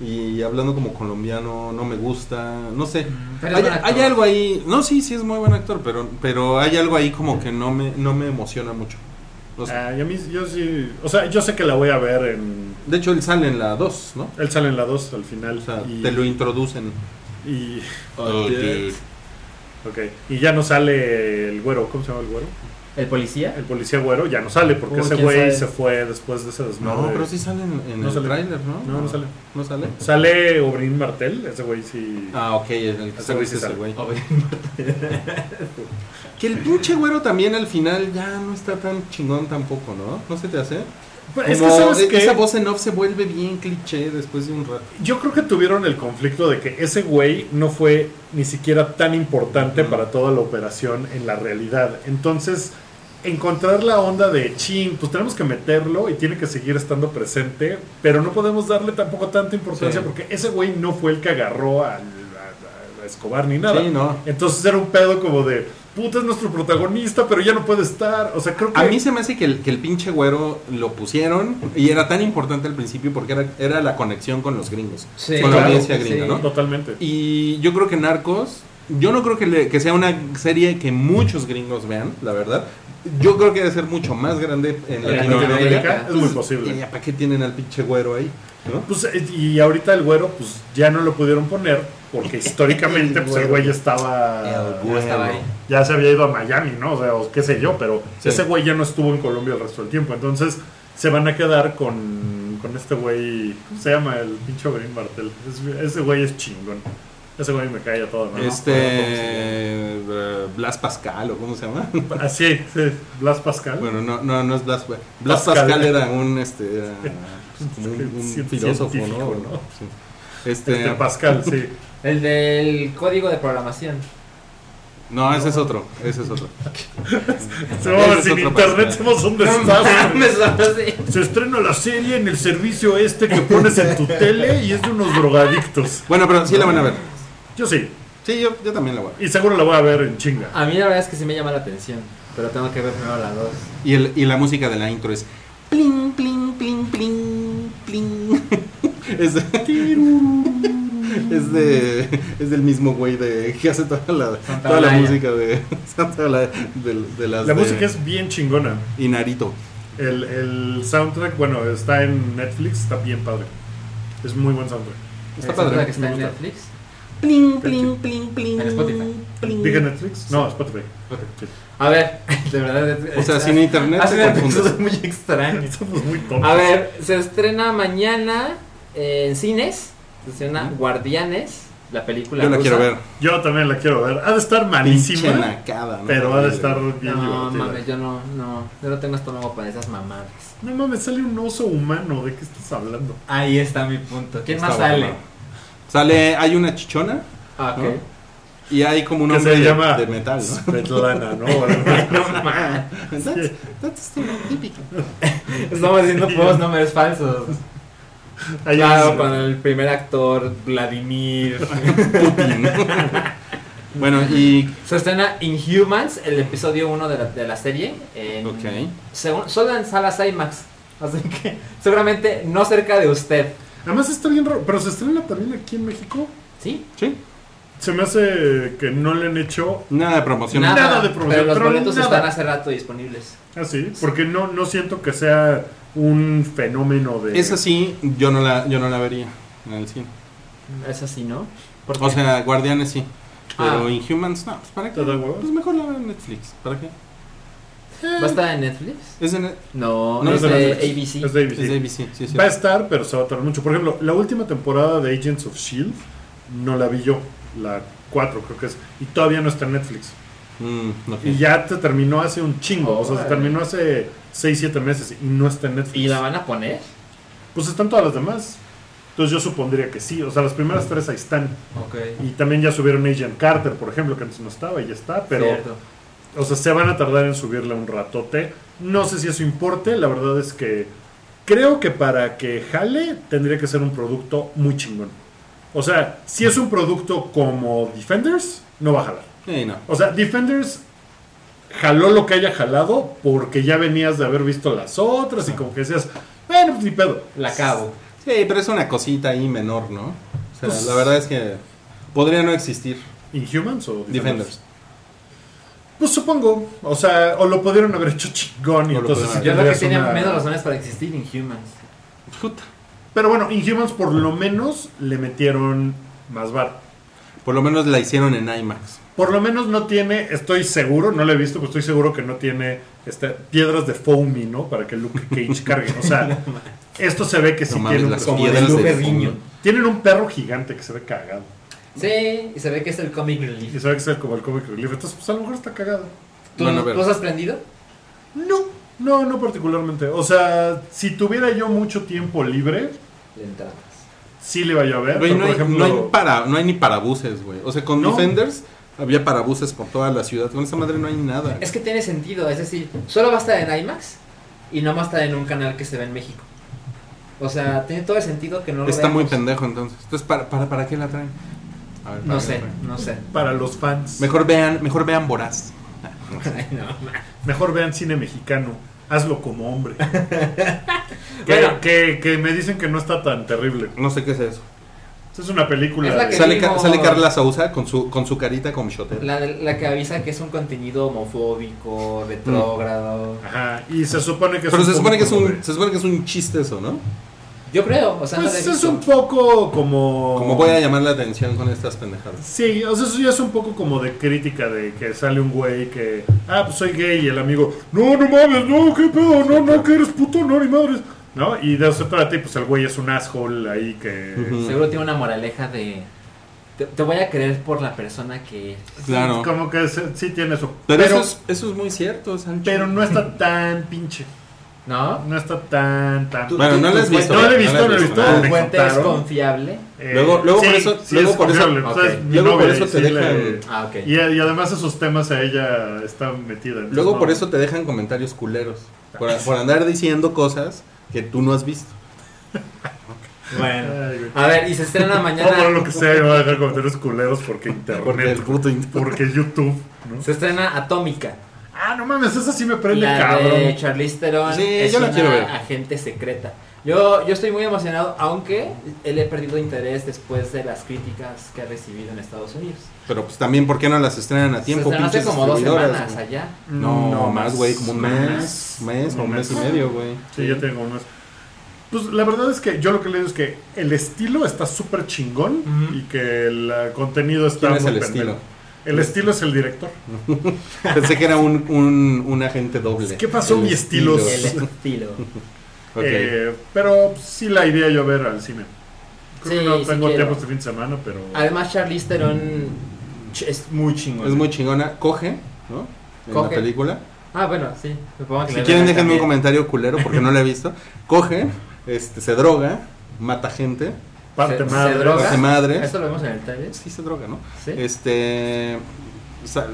C: Y hablando como colombiano, no me gusta, no sé.
D: Pero es
C: hay,
D: buen actor.
C: hay algo ahí, no, sí, sí es muy buen actor, pero, pero hay algo ahí como que no me, no me emociona mucho. No sé.
B: Ah, y a mí, yo sí, o sea, yo sé que la voy a ver en...
C: De hecho, él sale en la 2, ¿no?
B: Él sale en la 2 al final.
C: O sea,
B: y,
C: te lo introducen.
B: y-
C: Oh, dude.
B: ok. Y ya no sale el güero, ¿cómo se llama el güero?
D: ¿El policía?
B: El policía güero ya no sale porque
D: Uy,
B: ese
D: ¿quién
B: güey
D: sabe?
B: se fue después de ese desmadre.
C: No, pero sí Ah. sale en, en
B: No
C: el
B: sale.
C: tráiler, ¿no?
B: No, no sale.
C: ¿No sale?
B: Sale Obrin Martel, ese güey sí.
C: Ah, ok, en el que
B: Ese güey sí
C: sale es ese
B: sale.
C: güey. Que el pinche güero también al final ya no está tan chingón tampoco, ¿no? ¿No se te hace?
B: Pero es que
C: Como
B: sabes
C: e-
B: qué?
C: esa voz en off se vuelve bien cliché después de un rato.
B: Yo creo que tuvieron el conflicto de que ese güey no fue ni siquiera tan importante
C: Ujú.
B: para toda la operación en la realidad. Entonces, encontrar la onda de chin, pues tenemos que meterlo y tiene que seguir estando presente, pero no podemos darle tampoco tanta importancia
C: Sí.
B: porque ese güey no fue el que agarró al- a, a- a Escobar ni nada.
C: Sí, no.
B: Entonces era un pedo como de, puta, es nuestro protagonista, pero ya no puede estar. O sea, creo que...
C: A mí se me hace que el, que el pinche güero lo pusieron y era tan importante al principio porque era, era la conexión con los gringos,
D: Sí,
C: con la
B: claro,
C: audiencia gringa,
D: sí.
C: ¿no?
B: Totalmente.
C: Y yo creo que Narcos, yo no creo que, le- que sea una serie que muchos gringos vean, la verdad. Yo creo que debe ser mucho más grande en
D: En
C: Latinoamérica.
D: Latinoamérica.
B: Latinoamérica es muy posible.
C: Eh, ¿Para qué tienen al pinche güero ahí? ¿no?
B: Pues, eh, y ahorita el güero, pues ya no lo pudieron poner, porque históricamente, pues el
C: güero.
B: güey ya estaba.
C: El güero.
D: estaba ahí.
B: Ya se había ido a Miami, ¿no? O sea, o qué sé yo, pero
C: Sí.
B: ese güey ya no estuvo en Colombia el resto del tiempo. Entonces, se van a quedar con, con este güey. ¿Cómo se llama el pinche Green Martel? Es- ese güey es chingón. Ese güey me cae a todo, ¿no?
C: Este. eh, Blas Pascal, o cómo se llama.
B: Así, Ah, sí, Blas Pascal.
C: bueno, no, no, no es Blas. Blas
B: Pascal.
C: Pascal, era un. Este, era, pues, como un, un
B: Cien-
C: filósofo, ¿no?
B: científico, ¿no?
C: Sí. Este,
B: Este Pascal, sí.
D: El del código de programación.
C: no, ese es otro. Ese es otro.
B: Somos,
C: es
B: sin
C: otro
B: internet
C: Pascal.
B: somos un
D: No
C: Ah,
B: desastre.
D: mames, ahora sí.
B: Se estrena la serie en el servicio este que pones en tu tele y es de unos drogadictos.
C: Bueno, pero sí la van a ver.
B: Yo sí,
C: Sí, yo, yo también la voy a ver.
B: y seguro la voy a ver en chinga.
D: A mí la verdad es que sí me llama la atención, pero tengo que ver primero la 2.
C: Y, el, y la música de la intro es. Pling, pling, pling, pling, pling. es, de, es, de, es del mismo güey de, que hace toda la,
D: Santa
C: toda la
D: Olaya.
C: música de. Santa Olaya, del- de las
B: La
C: de
B: música es bien chingona.
C: Inarito.
B: El, el soundtrack, bueno, está en Netflix, está bien padre. Es muy buen soundtrack.
C: Está
D: Esa es
C: padre,
D: la que
B: me
D: está en
B: gusta.
D: Netflix.
C: Pling, pling, pling, pling.
D: En Spotify.
C: pling.
B: ¿Dije Netflix? No, Spotify. Sí.
D: A ver, de verdad.
C: O sea, sin internet
B: Ah,
D: hace
C: te
D: una cosa
C: confundes.
D: muy extraña.
B: Somos muy tontos.
D: Este A eh, ver, se estrena mañana en cines. Se estrena Guardianes la película.
C: Yo la
D: rusa.
C: quiero ver.
B: Yo también la quiero ver. Ha de estar
C: Pinche
B: malísima,
C: nacada, ¿no?
B: pero ha de estar bien
D: No,
B: divertida.
D: mames, yo no, no, yo no tengo estómago para esas mamadas.
B: No mames, sale un oso humano. ¿De qué estás hablando?
D: Ahí está mi punto. ¿Quién
C: Está
D: más
C: bueno.
D: sale?
C: Sale, hay una chichona
D: Ah, ok.
C: ¿No? y hay como un
B: Que
C: hombre
B: se
C: de-
B: llama-
C: de metal, ¿no?
B: Svetlana, ¿no? Bueno,
C: That's- that's the típico.
D: Estamos haciendo puros nombres falsos.
B: ahí
D: Claro,
B: es-
D: con el primer actor, Vladimir.
C: Putin. bueno, y.
D: Se estrena Inhumans, el episodio 1 de la, de la serie. en-
C: Ok.
D: según- solo en salas IMAX. Así que seguramente no cerca de usted.
B: Además está bien raro. Pero se estrena también aquí en México.
D: ¿Sí?
C: Sí,
B: Se me hace que no le han hecho.
C: nada de promoción.
B: Nada. de promoción,
D: Pero los
B: pero
D: boletos
B: nada.
D: están hace rato disponibles.
B: Así, porque no, no siento que sea un fenómeno de.
C: Esa sí, yo no la, yo no la vería en el cine.
D: Es así, ¿no? ¿Por
C: O
D: qué?
C: sea, Guardianes sí. Pero
D: Ah.
C: Inhumans no, pues ¿para qué?
B: ¿Te da hueva?
C: Pues mejor la veo en Netflix. ¿Para qué?
D: ¿Va a estar en Netflix?
C: Es, en-
D: No,
C: No,
D: es
B: de
D: de
B: Netflix.
D: ABC.
B: Es de
C: es
B: ABC.
C: de ABC, sí, sí.
B: Va a estar, pero se va a tardar mucho. Por ejemplo, la última temporada de Agents of Shield E no la vi yo. La 4 creo que es. Y todavía no está en Netflix.
C: Mm, ok.
B: Y ya te terminó hace un chingo. o sea, se
D: Órale.
B: terminó hace 6, 7 meses y no está en Netflix.
D: ¿Y la van a poner?
B: Pues están todas las demás. Entonces yo supondría que sí. O sea, las primeras tres ahí están.
D: Ok.
B: Y también ya subieron Agent Carter, por ejemplo, que antes no estaba y ya está. Pero,
D: Cierto.
B: o sea, se van a tardar en subirla un ratote. No sé si eso importe. La verdad es que creo que para que jale tendría que ser un producto muy chingón. O sea, si es un producto como Defenders, no va a jalar.
C: Sí, no.
B: O sea, Defenders jaló lo que haya jalado porque ya venías de haber visto las otras y como que decías, bueno, pues ni pedo.
D: La acabo.
C: Sí, pero es una cosita ahí menor, ¿no? O sea,
B: Pues-
C: la verdad es que podría no existir.
B: ¿Inhumans o
C: Defenders.
B: Pues supongo, o sea, o lo pudieron haber hecho chingón y
C: O lo
B: entonces...
C: pudieron
B: sí
D: Yo creo que
B: tendrías
D: tiene
B: una-
D: menos razones para existir Inhumans.
C: Puta.
B: Pero bueno, Inhumans por lo menos le metieron más bar.
C: Por lo menos la hicieron en IMAX.
B: Por lo menos no tiene, estoy seguro, no lo he visto, pero estoy seguro que no tiene este, piedras de foamy, ¿no? Para que Luke Cage cargue. O sea, esto se ve que sí
C: No mames,
B: tiene un
C: las
B: como
C: piedras
B: de
C: de
B: Luke.
C: foamy.
B: Tienen un perro gigante que se ve cagado.
D: Sí, y se ve que es el comic
B: Y
D: relief.
B: se ve que es el- como el comic relief. Entonces, pues a lo mejor está cagado.
D: ¿Tú,
C: Bueno, a ver.
D: ¿tú has aprendido?
B: No, no, no particularmente. O sea, si tuviera yo mucho tiempo libre,
D: Le entramos.
B: sí le vaya a ver.
C: Güey,
B: pero,
C: no,
B: por
C: hay,
B: ejemplo,
C: no hay para, no hay ni parabuses, güey. O sea, con
B: No.
C: Defenders había parabuses por toda la ciudad. Con esa madre no hay nada.
D: Es que tiene sentido, es decir, solo va a estar en IMAX y no va a estar en un canal que se ve en México. O sea, tiene todo el sentido que no lo
C: Está muy
D: veamos.
C: pendejo entonces. Entonces, ¿para, para, para qué la traen? A ver, ¿para
D: No
C: qué
D: sé,
C: la traen?
D: no sé.
B: para los fans, mejor,
C: Mejor vean, mejor vean Voraz.
D: Ay, no.
B: vean cine mexicano. Hazlo como hombre. que,
D: Bueno.
B: que, que me dicen que no está tan terrible.
C: No sé qué es eso.
B: Esta es una película.
D: Es la
B: de-
D: que-
C: Sale, Ca-
D: vimos-
C: sale Carla Sousa con su, con su carita como shotera.
D: La, de- la que avisa que es un contenido homofóbico, retrógrado.
B: Ajá, y se supone que es
C: Pero se supone que es
B: poco
C: un,
B: como de-
C: se supone que es un chiste eso, ¿no?
D: Yo creo, o sea, no la he
B: Pues es
D: visto.
B: un poco como.
C: Como voy a llamar la atención con estas pendejadas.
B: Sí, o sea, eso ya es un poco como de crítica de que sale un güey que, ah, pues soy gay y el amigo, no, no mames, no, qué pedo, no, no, que eres puto, no, ni madres, ¿no? Y de eso se trata y pues el güey es un asshole ahí que...
C: Ujú.
D: Seguro tiene una moraleja de. Te, te voy a querer por la persona que es.
C: Claro.
B: Como que se- sí tiene eso.
C: Pero,
B: Pero,
C: eso, es, eso es muy cierto, Sancho.
B: pero no está tan pinche,
D: ¿No?
B: no está tan, tan...
D: Tú-
C: Bueno, no la has
D: tu
C: visto.
B: fuente-
C: güey,
B: no la he
C: la has
B: visto, no la he
D: ¿Tu
B: me
D: fuente es
B: contaron.
D: confiable?
B: eh,
C: luego- luego por eso- luego
B: es
C: por eso-
B: confiable, o sea,
D: ok.
B: es mi
C: Luego por
B: novia,
C: eso
B: y
C: te
B: sí le-
C: dejan-
D: Ah, ok.
B: Y, y además esos temas a ella está metida. entonces
C: Luego
B: no- Ah.
C: por eso te dejan comentarios culeros. Por, por andar diciendo cosas que tú no has visto.
D: Bueno.
B: Ay, güey.
D: A ver, y se estrena
B: No,
D: mañana.
B: por lo que sea, yo voy a dejar comentarios culeros porque internet.
C: Porque el puto internet.
B: Porque YouTube, ¿no?
D: Se estrena Atómica.
B: Ah, no mames, esa sí me prende
D: La
B: cabrón.
D: de Charlize Theron
C: Sí,
D: es
C: yo la
D: una
C: quiero ver.
D: agente secreta. Yo, yo estoy muy emocionado, aunque él he perdido interés después de las críticas que ha recibido en Estados Unidos.
C: Pero pues también, ¿por qué no las estrenan a tiempo?
D: Pues se estrenó hace
C: pinches
D: como dos
C: distribuidoras,
D: semanas
C: güey?
D: allá.
C: No, más, güey, como un mes,
B: más,
C: mes o
B: un
C: un mes y
B: mes.
C: medio, güey.
B: Sí, yo tengo unos. Pues la verdad es que yo lo que le digo es que el estilo está súper chingón
D: Ujú.
B: y que el eh, contenido está
C: ¿Quién es
B: muy
C: el
B: pendejo.
C: estilo?
B: El estilo es el director.
C: Pensé que era un, un, un agente doble.
B: ¿Qué pasó,
C: El
B: mi estilo?
C: estilo.
D: El estilo.
C: Ok.
B: Eh, pero sí la iría yo a ver al cine. Creo que
D: Sí,
B: no
D: sí
B: tengo
D: quiero. Ah,
B: tiempo este fin de semana, pero.
D: Además, Charlize Theron ch- es muy chingón.
C: Es muy chingona. Coge, ¿no? En la
D: Coge.
C: película.
D: Ah, bueno, sí. supongo que
C: Si
D: la
C: quieren,
D: verán
C: déjenme un
D: también.
C: comentario culero porque no la he visto. Coge, este, se droga, mata gente.
B: Parte
D: se- se
B: madre.
D: droga.
C: Hace madre.
D: Esto lo vemos en el trailer.
C: Sí, se droga, ¿no?
D: Sí.
C: Este. sal-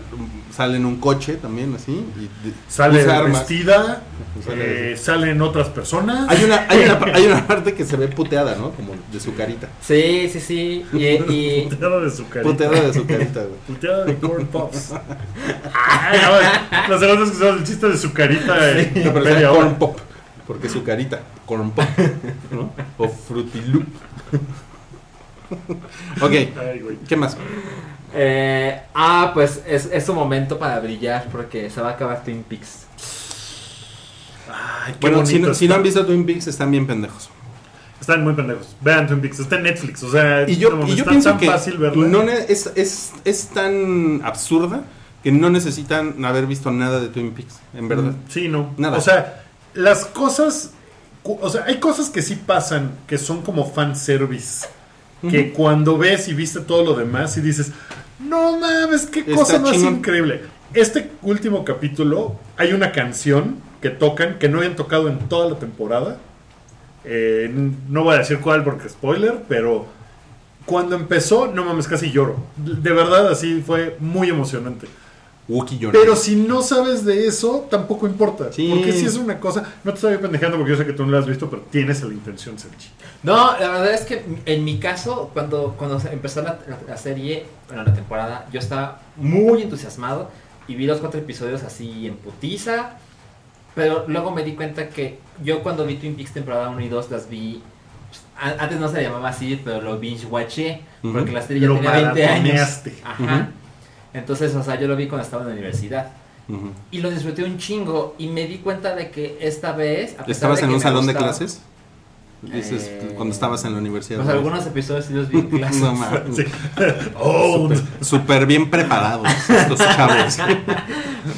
C: sale en un coche también, así. Y de-
B: Sale
C: usa armas.
B: vestida.
C: Sale-
B: eh, salen otras personas.
C: Hay una, hay, una, hay una parte que se ve puteada, ¿no? Como de su carita.
D: Sí, sí, sí. Y, y-
B: Puteada de su carita.
C: Puteada de su carita, güey.
B: Puteada de corn Ah, pops. Ay, a ver, las verdad es que son el chiste de su carita. en
C: No, pero
B: media
C: sale
B: hora.
C: corn pop. Porque su carita, corn pop, ¿no? O frutiloop. ok,
B: Ay, güey.
C: ¿qué más?
D: eh, ah, pues es, es su momento para brillar porque se va a acabar Twin Peaks.
B: Ay, qué
C: Bueno, si
B: bonito
C: no, si no
B: está.
C: han visto Twin Peaks, están bien pendejos.
B: Están muy pendejos. Vean Twin Peaks. Está en Netflix. O sea,
C: Y yo,
B: no mames,
C: y yo
B: está
C: pienso
B: tan
C: que
B: fácil verla.
C: no ne- es, es, es tan absurda que no necesitan haber visto nada de Twin Peaks, en verdad.
B: Mm, Sí, no.
C: Nada.
B: O sea, las cosas. cu- O sea, hay cosas que sí pasan que son como fanservice. Que cuando ves y viste todo lo demás y dices, no mames, qué
C: Está
B: cosa más
C: chingón.
B: increíble. Este último capítulo hay una canción que tocan que no habían tocado en toda la temporada. Eh, n- no voy a decir cuál porque spoiler, pero cuando empezó, no mames, casi lloro. De de verdad, así fue muy emocionante.
C: Wookiee Jonas.
B: Mm. Pero si no sabes de eso, tampoco importa.
C: Sí.
B: Porque si es una cosa. No te estoy pendejando porque yo sé que tú no la has visto, pero tienes la intención, Sergi.
D: No, la verdad es que en mi caso, cuando, cuando se empezó la, la- la serie, bueno, la temporada, yo estaba muy entusiasmado y vi los cuatro episodios así en putiza. Pero luego me di cuenta que yo cuando vi Twin Peaks temporada 1 y 2 las vi. pues, a- Antes no se le llamaba así, pero lo binge watché.
C: Ujú.
D: Porque la serie ya
B: Lo
D: tenía 20 años.
B: maratoneaste.
D: Ajá.
C: Ujú.
D: Entonces, o sea, yo lo vi cuando estaba en la universidad.
C: Ujú.
D: Y lo disfruté un chingo. Y me di cuenta de que esta vez. a pesar
C: ¿Estabas
D: de
C: en
D: que
C: un
D: me
C: salón de
D: gustaba-
C: clases? Dices,
D: Eh,
C: cuando estabas en la universidad.
D: Pues algunos episodios sí los vi en clases.
C: No mames.
B: Sí. Oh,
C: Súper bien preparados estos chavos.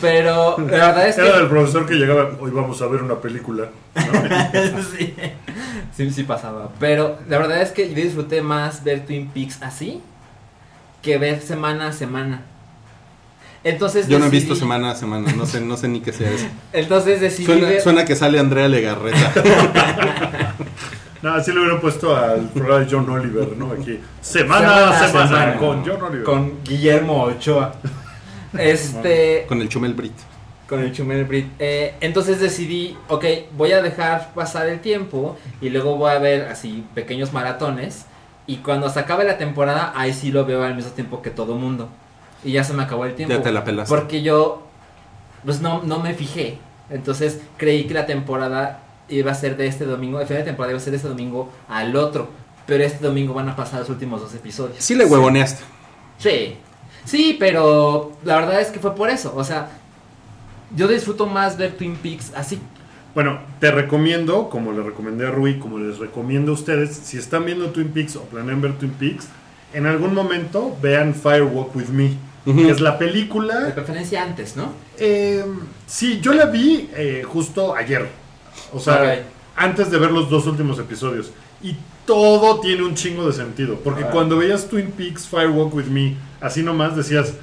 D: Pero la verdad es
B: era el
D: que.
B: profesor que llegaba. Hoy vamos a ver una película. ¿no?
D: sí, sí, sí pasaba. Pero la verdad es que yo disfruté más ver Twin Peaks así que ver semana a semana. Entonces
C: Yo no he
D: decidí-
C: visto semana a semana, no sé, no sé ni qué sea eso.
D: Entonces decidí
C: Suena,
D: ver-
C: suena que sale Andrea Legarreta.
B: No, así le hubieran puesto al programa de John Oliver, ¿no? Aquí. Semana a semana, con John Oliver.
D: Con Guillermo Ochoa. Este.
C: Con el Chumel Brit.
D: con el Chumel Brit. Eh, entonces decidí, ok, voy a dejar pasar el tiempo y luego voy a ver así pequeños maratones. Y cuando se acabe la temporada, ahí sí lo veo al mismo tiempo que todo mundo. Y ya se me acabó el tiempo.
C: Ya te la pelaste.
D: Porque yo, pues no, no me fijé. Entonces creí que la temporada iba a ser de este domingo, el final de temporada iba a ser de este domingo al otro. Pero este domingo van a pasar los últimos dos episodios.
C: Sí le huevoneaste.
D: Sí, sí, pero la verdad es que fue por eso. O sea, yo disfruto más ver Twin Peaks así.
B: Bueno, te recomiendo, como le recomendé a Rui, como les recomiendo a ustedes, si están viendo Twin Peaks o planean ver Twin Peaks, en algún momento vean Firewalk with Me,
C: Ujú.
B: que es la película
D: De preferencia antes, ¿no?
B: Eh, sí, yo la vi eh, justo ayer. O sea,
D: Ok.
B: antes de ver los dos últimos episodios. Y todo tiene un chingo de sentido. Porque
D: Ah.
B: cuando veías Twin Peaks, Firewalk with Me, así nomás decías,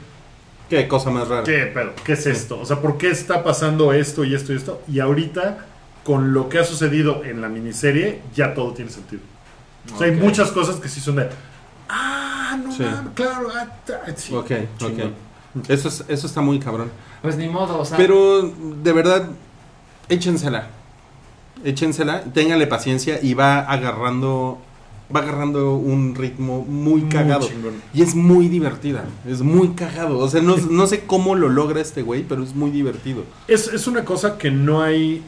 C: Qué cosa más rara.
B: ¿qué pedo? ¿Qué es esto? O sea, ¿por qué está pasando esto y esto y esto? Y ahorita, con lo que ha sucedido en la miniserie, ya todo tiene sentido. O sea, hay
D: Ok.
B: muchas cosas que sí son de. Ah, no,
C: Sí.
B: mames, claro. ah, ta- sí".
C: Ok,
B: Chingón. Ah.
C: ok. Eso, es- eso está muy cabrón.
D: Pues ni modo, o sea.
C: Pero de verdad, échensela. Échensela, ténganle paciencia y va agarrando va agarrando un ritmo muy
B: Muy
C: cagado.
B: chingón.
C: y es muy divertida, es muy cagado. O sea, no, no sé cómo lo logra este güey, pero es muy divertido.
B: Es, es una cosa que no hay.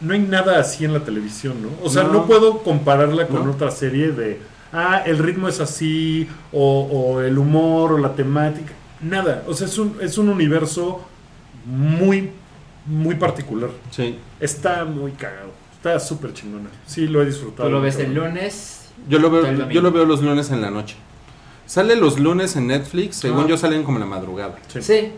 B: No hay nada así en la televisión, ¿no? O sea, no,
C: No.
B: puedo compararla con
C: No.
B: otra serie de. Ah, el ritmo es así, o, o el humor, o la temática. Nada. O sea, es un, es un universo muy, muy particular.
C: Sí.
B: Está muy cagado. Está súper chingona. Sí, lo he disfrutado.
D: Tú lo ves
B: mucho.
D: el lunes.
C: Yo lo
D: Todo el
C: veo,
D: domingo.
C: yo lo veo los lunes en la noche. Sale los lunes en Netflix, según
D: Ah.
C: yo salen como en la madrugada.
B: Sí.
D: Sí.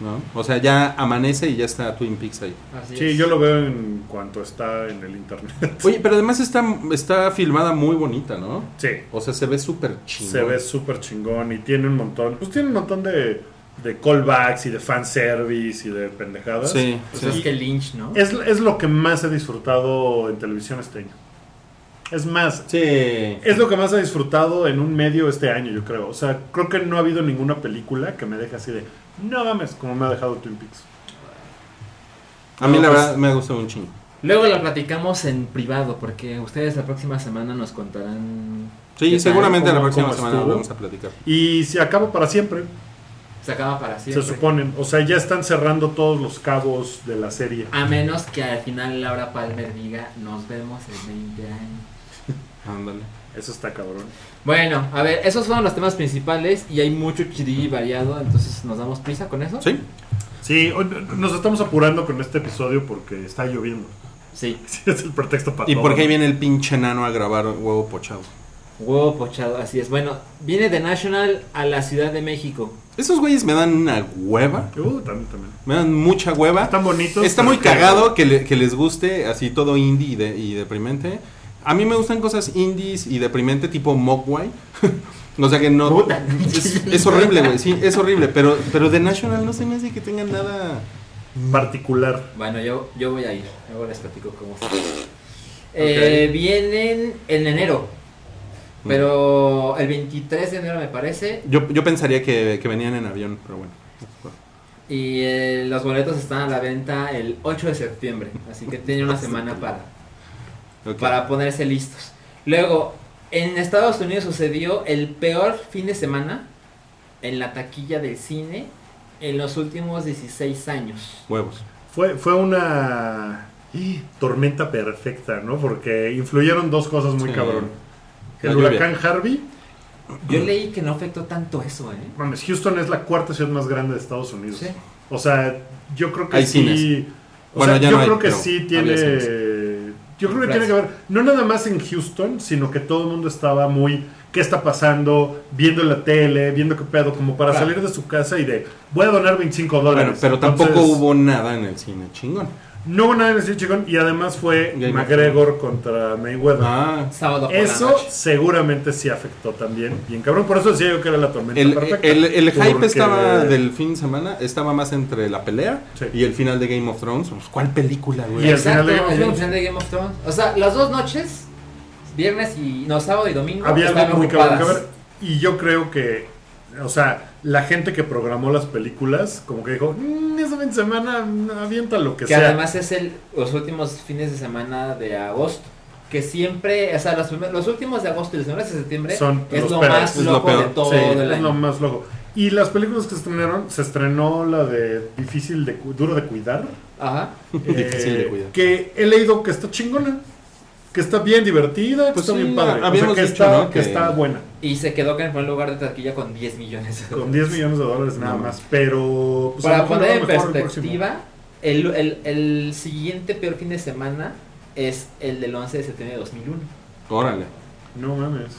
C: ¿no? O sea, ya amanece y ya está Twin Peaks ahí.
D: Así
B: Sí,
D: es.
B: yo lo veo en cuanto está en el internet.
C: Oye, pero además está, está filmada muy bonita, ¿no?
B: Sí.
C: O sea, se ve súper chingón.
B: Se ve súper chingón y tiene un montón, pues tiene un montón de, de callbacks y de fanservice y de pendejadas.
C: Sí,
D: Pues
C: sí.
D: es que Lynch, ¿no?
B: Es, es lo que más he disfrutado en televisión este año. Es más,
C: Sí.
B: es lo que más he disfrutado en un medio este año, yo creo. O sea, creo que no ha habido ninguna película que me deje así de, no mames, como me ha dejado Twin Peaks.
C: A mí
D: No,
C: la
D: pues-
C: verdad me ha gustado un chingo.
D: Luego la platicamos en privado, porque ustedes la próxima semana nos contarán. qué
C: Sí,
D: tal,
C: seguramente la
D: cómo-
C: próxima
B: cómo
C: semana lo
B: estuvo?
C: vamos a platicar.
B: Y se acaba para siempre,
D: Se acaba para siempre.
B: se suponen. O sea, ya están cerrando todos los cabos de la serie.
D: A menos que al final Laura Palmer diga, nos vemos en 20 años.
C: Ándale.
B: Eso está cabrón.
D: Bueno, a ver, esos fueron los temas principales y hay mucho chiri variado, entonces nos damos prisa con eso.
C: Sí.
B: Sí, hoy nos estamos apurando con este episodio porque está lloviendo.
D: Sí.
B: Sí, es el pretexto para
C: Y
B: todo.
C: porque ahí viene el pinche nano a grabar huevo pochado.
D: Huevo pochado, así es. Bueno, viene de National a la Ciudad de México.
C: Esos güeyes me dan una hueva.
B: Uh, también, también.
C: Me dan mucha hueva.
B: Están bonitos.
C: Está
B: pero
C: muy
B: que-
C: cagado que, le- que les guste así todo indie y, de- y deprimente. A mí me gustan cosas indies y deprimente tipo Mogwai. o sea que no...
D: Puta.
C: Es, es horrible, güey. Sí, es horrible. Pero, pero The National no se me hace que tengan nada...
B: Particular.
D: Bueno, yo, yo voy a ir, luego les platico cómo está. Eh, Vienen en enero, pero el 23 de enero me parece,
C: Yo, yo pensaría que, que venían en avión, pero bueno.
D: y eh, los boletos están a la venta el 8 de septiembre, así que tienen una semana para,
C: Ok.
D: para ponerse listos. Luego, en Estados Unidos sucedió el peor fin de semana en la taquilla del cine en los últimos 16 años.
C: Huevos.
B: Fue, fue una ¡ih! tormenta perfecta, ¿no? Porque influyeron dos cosas muy
C: Sí.
B: cabrón. El
C: La
B: huracán Harvey.
D: Yo
B: Mm.
D: leí que no afectó tanto eso, ¿eh?
B: Mames, Houston es la cuarta ciudad más grande de Estados Unidos.
D: Sí.
B: O sea, yo creo que
C: Hay cines.
B: sí. O
C: Bueno,
B: sea,
C: ya
B: yo
C: no hay,
B: creo que
C: pero
B: sí
C: había cines.
B: tiene. Yo creo que
D: Gracias.
B: tiene que ver, no nada más en Houston, sino que todo el mundo estaba muy, ¿qué está pasando? Viendo la tele, viendo qué pedo, como para
D: Claro.
B: salir de su casa y de, voy a donar 25 dólares.
C: Bueno, pero tampoco
B: Entonces,
C: hubo nada en el cine, chingón.
B: No hubo nada en el cine, chingón, y además fue
C: Game of
B: McGregor contra Mayweather.
C: Ah,
D: Sábado por la
B: Eso
D: noche.
B: seguramente sí afectó también. Bien cabrón, por eso decía yo que era la tormenta
C: Ah, el,
B: perfecta.
C: el- el hype
B: porque-
C: estaba del fin de semana, estaba más entre la pelea
B: Sí.
C: y el final de Game of Thrones. Pues, ¿Cuál película,
B: Y
C: güey?
B: el- final
D: Exacto,
B: de
D: el
B: Game of
D: final
B: Thrones.
D: de Game of Thrones. O sea, las dos noches, viernes y no, sábado y domingo,
B: Había
D: estaban
B: algo muy cabrón que
D: ocupadas.
B: ver. Y yo creo que, o sea, la gente que programó las películas, como que dijo, "Mm, esa fin de semana mm, avienta lo que,
D: que
B: sea.
D: además es el, los últimos fines de semana de agosto. Que siempre, o sea, los, primer- los últimos de agosto y los primeros de septiembre
B: Son
D: es
B: los
D: lo
B: peores.
D: más
C: Es lo
D: loco de
C: peor.
D: todo
B: Sí,
D: el
B: es lo
D: año.
B: más loco. Y las películas que estrenaron, se estrenó la de Difícil de Cu- Duro de Cuidar. eh,
D: Ajá.
C: Difícil de cuidar.
B: Que he leído que está chingona, que está bien divertida, que
C: Pues
B: está
C: sí,
B: bien padre. O sea,
C: habíamos
B: que,
C: dicho,
B: está,
C: ¿no?
B: que
C: que-
B: está buena.
D: Y se quedó en el primer lugar de taquilla con 10 millones.
B: Con 10 millones de dólares nada
C: No.
B: más. Pero. pues, a
D: Para
B: lo mejor le
D: poner
B: va
D: en
B: mejor el
D: perspectiva, el, el, el siguiente peor fin de semana es el del 11 de septiembre de 2001.
C: Órale.
B: próximo. No mames.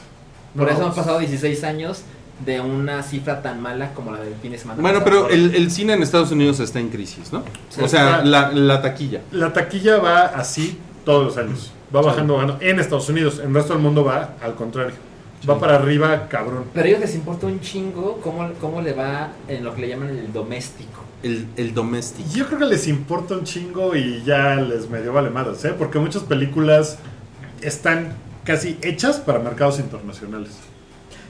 D: Por
B: No,
D: eso han
B: pues,
D: pasado 16 años de una cifra tan mala como la del fin de semana.
C: Bueno,
D: pasado.
C: pero el, el cine en Estados Unidos está en crisis, ¿no?
D: Sí,
C: o sea,
B: está-
C: la, la taquilla.
B: La taquilla va así todos los años. Va bajando, bajando. En Estados Unidos, en el resto del mundo va al contrario. Va para arriba, cabrón.
D: Pero a ellos les importa un chingo cómo, cómo le va en lo que le llaman el doméstico.
C: El, el doméstico.
B: Yo creo que les importa un chingo y ya les medio vale madres, ¿eh? Porque muchas películas están casi hechas para mercados internacionales.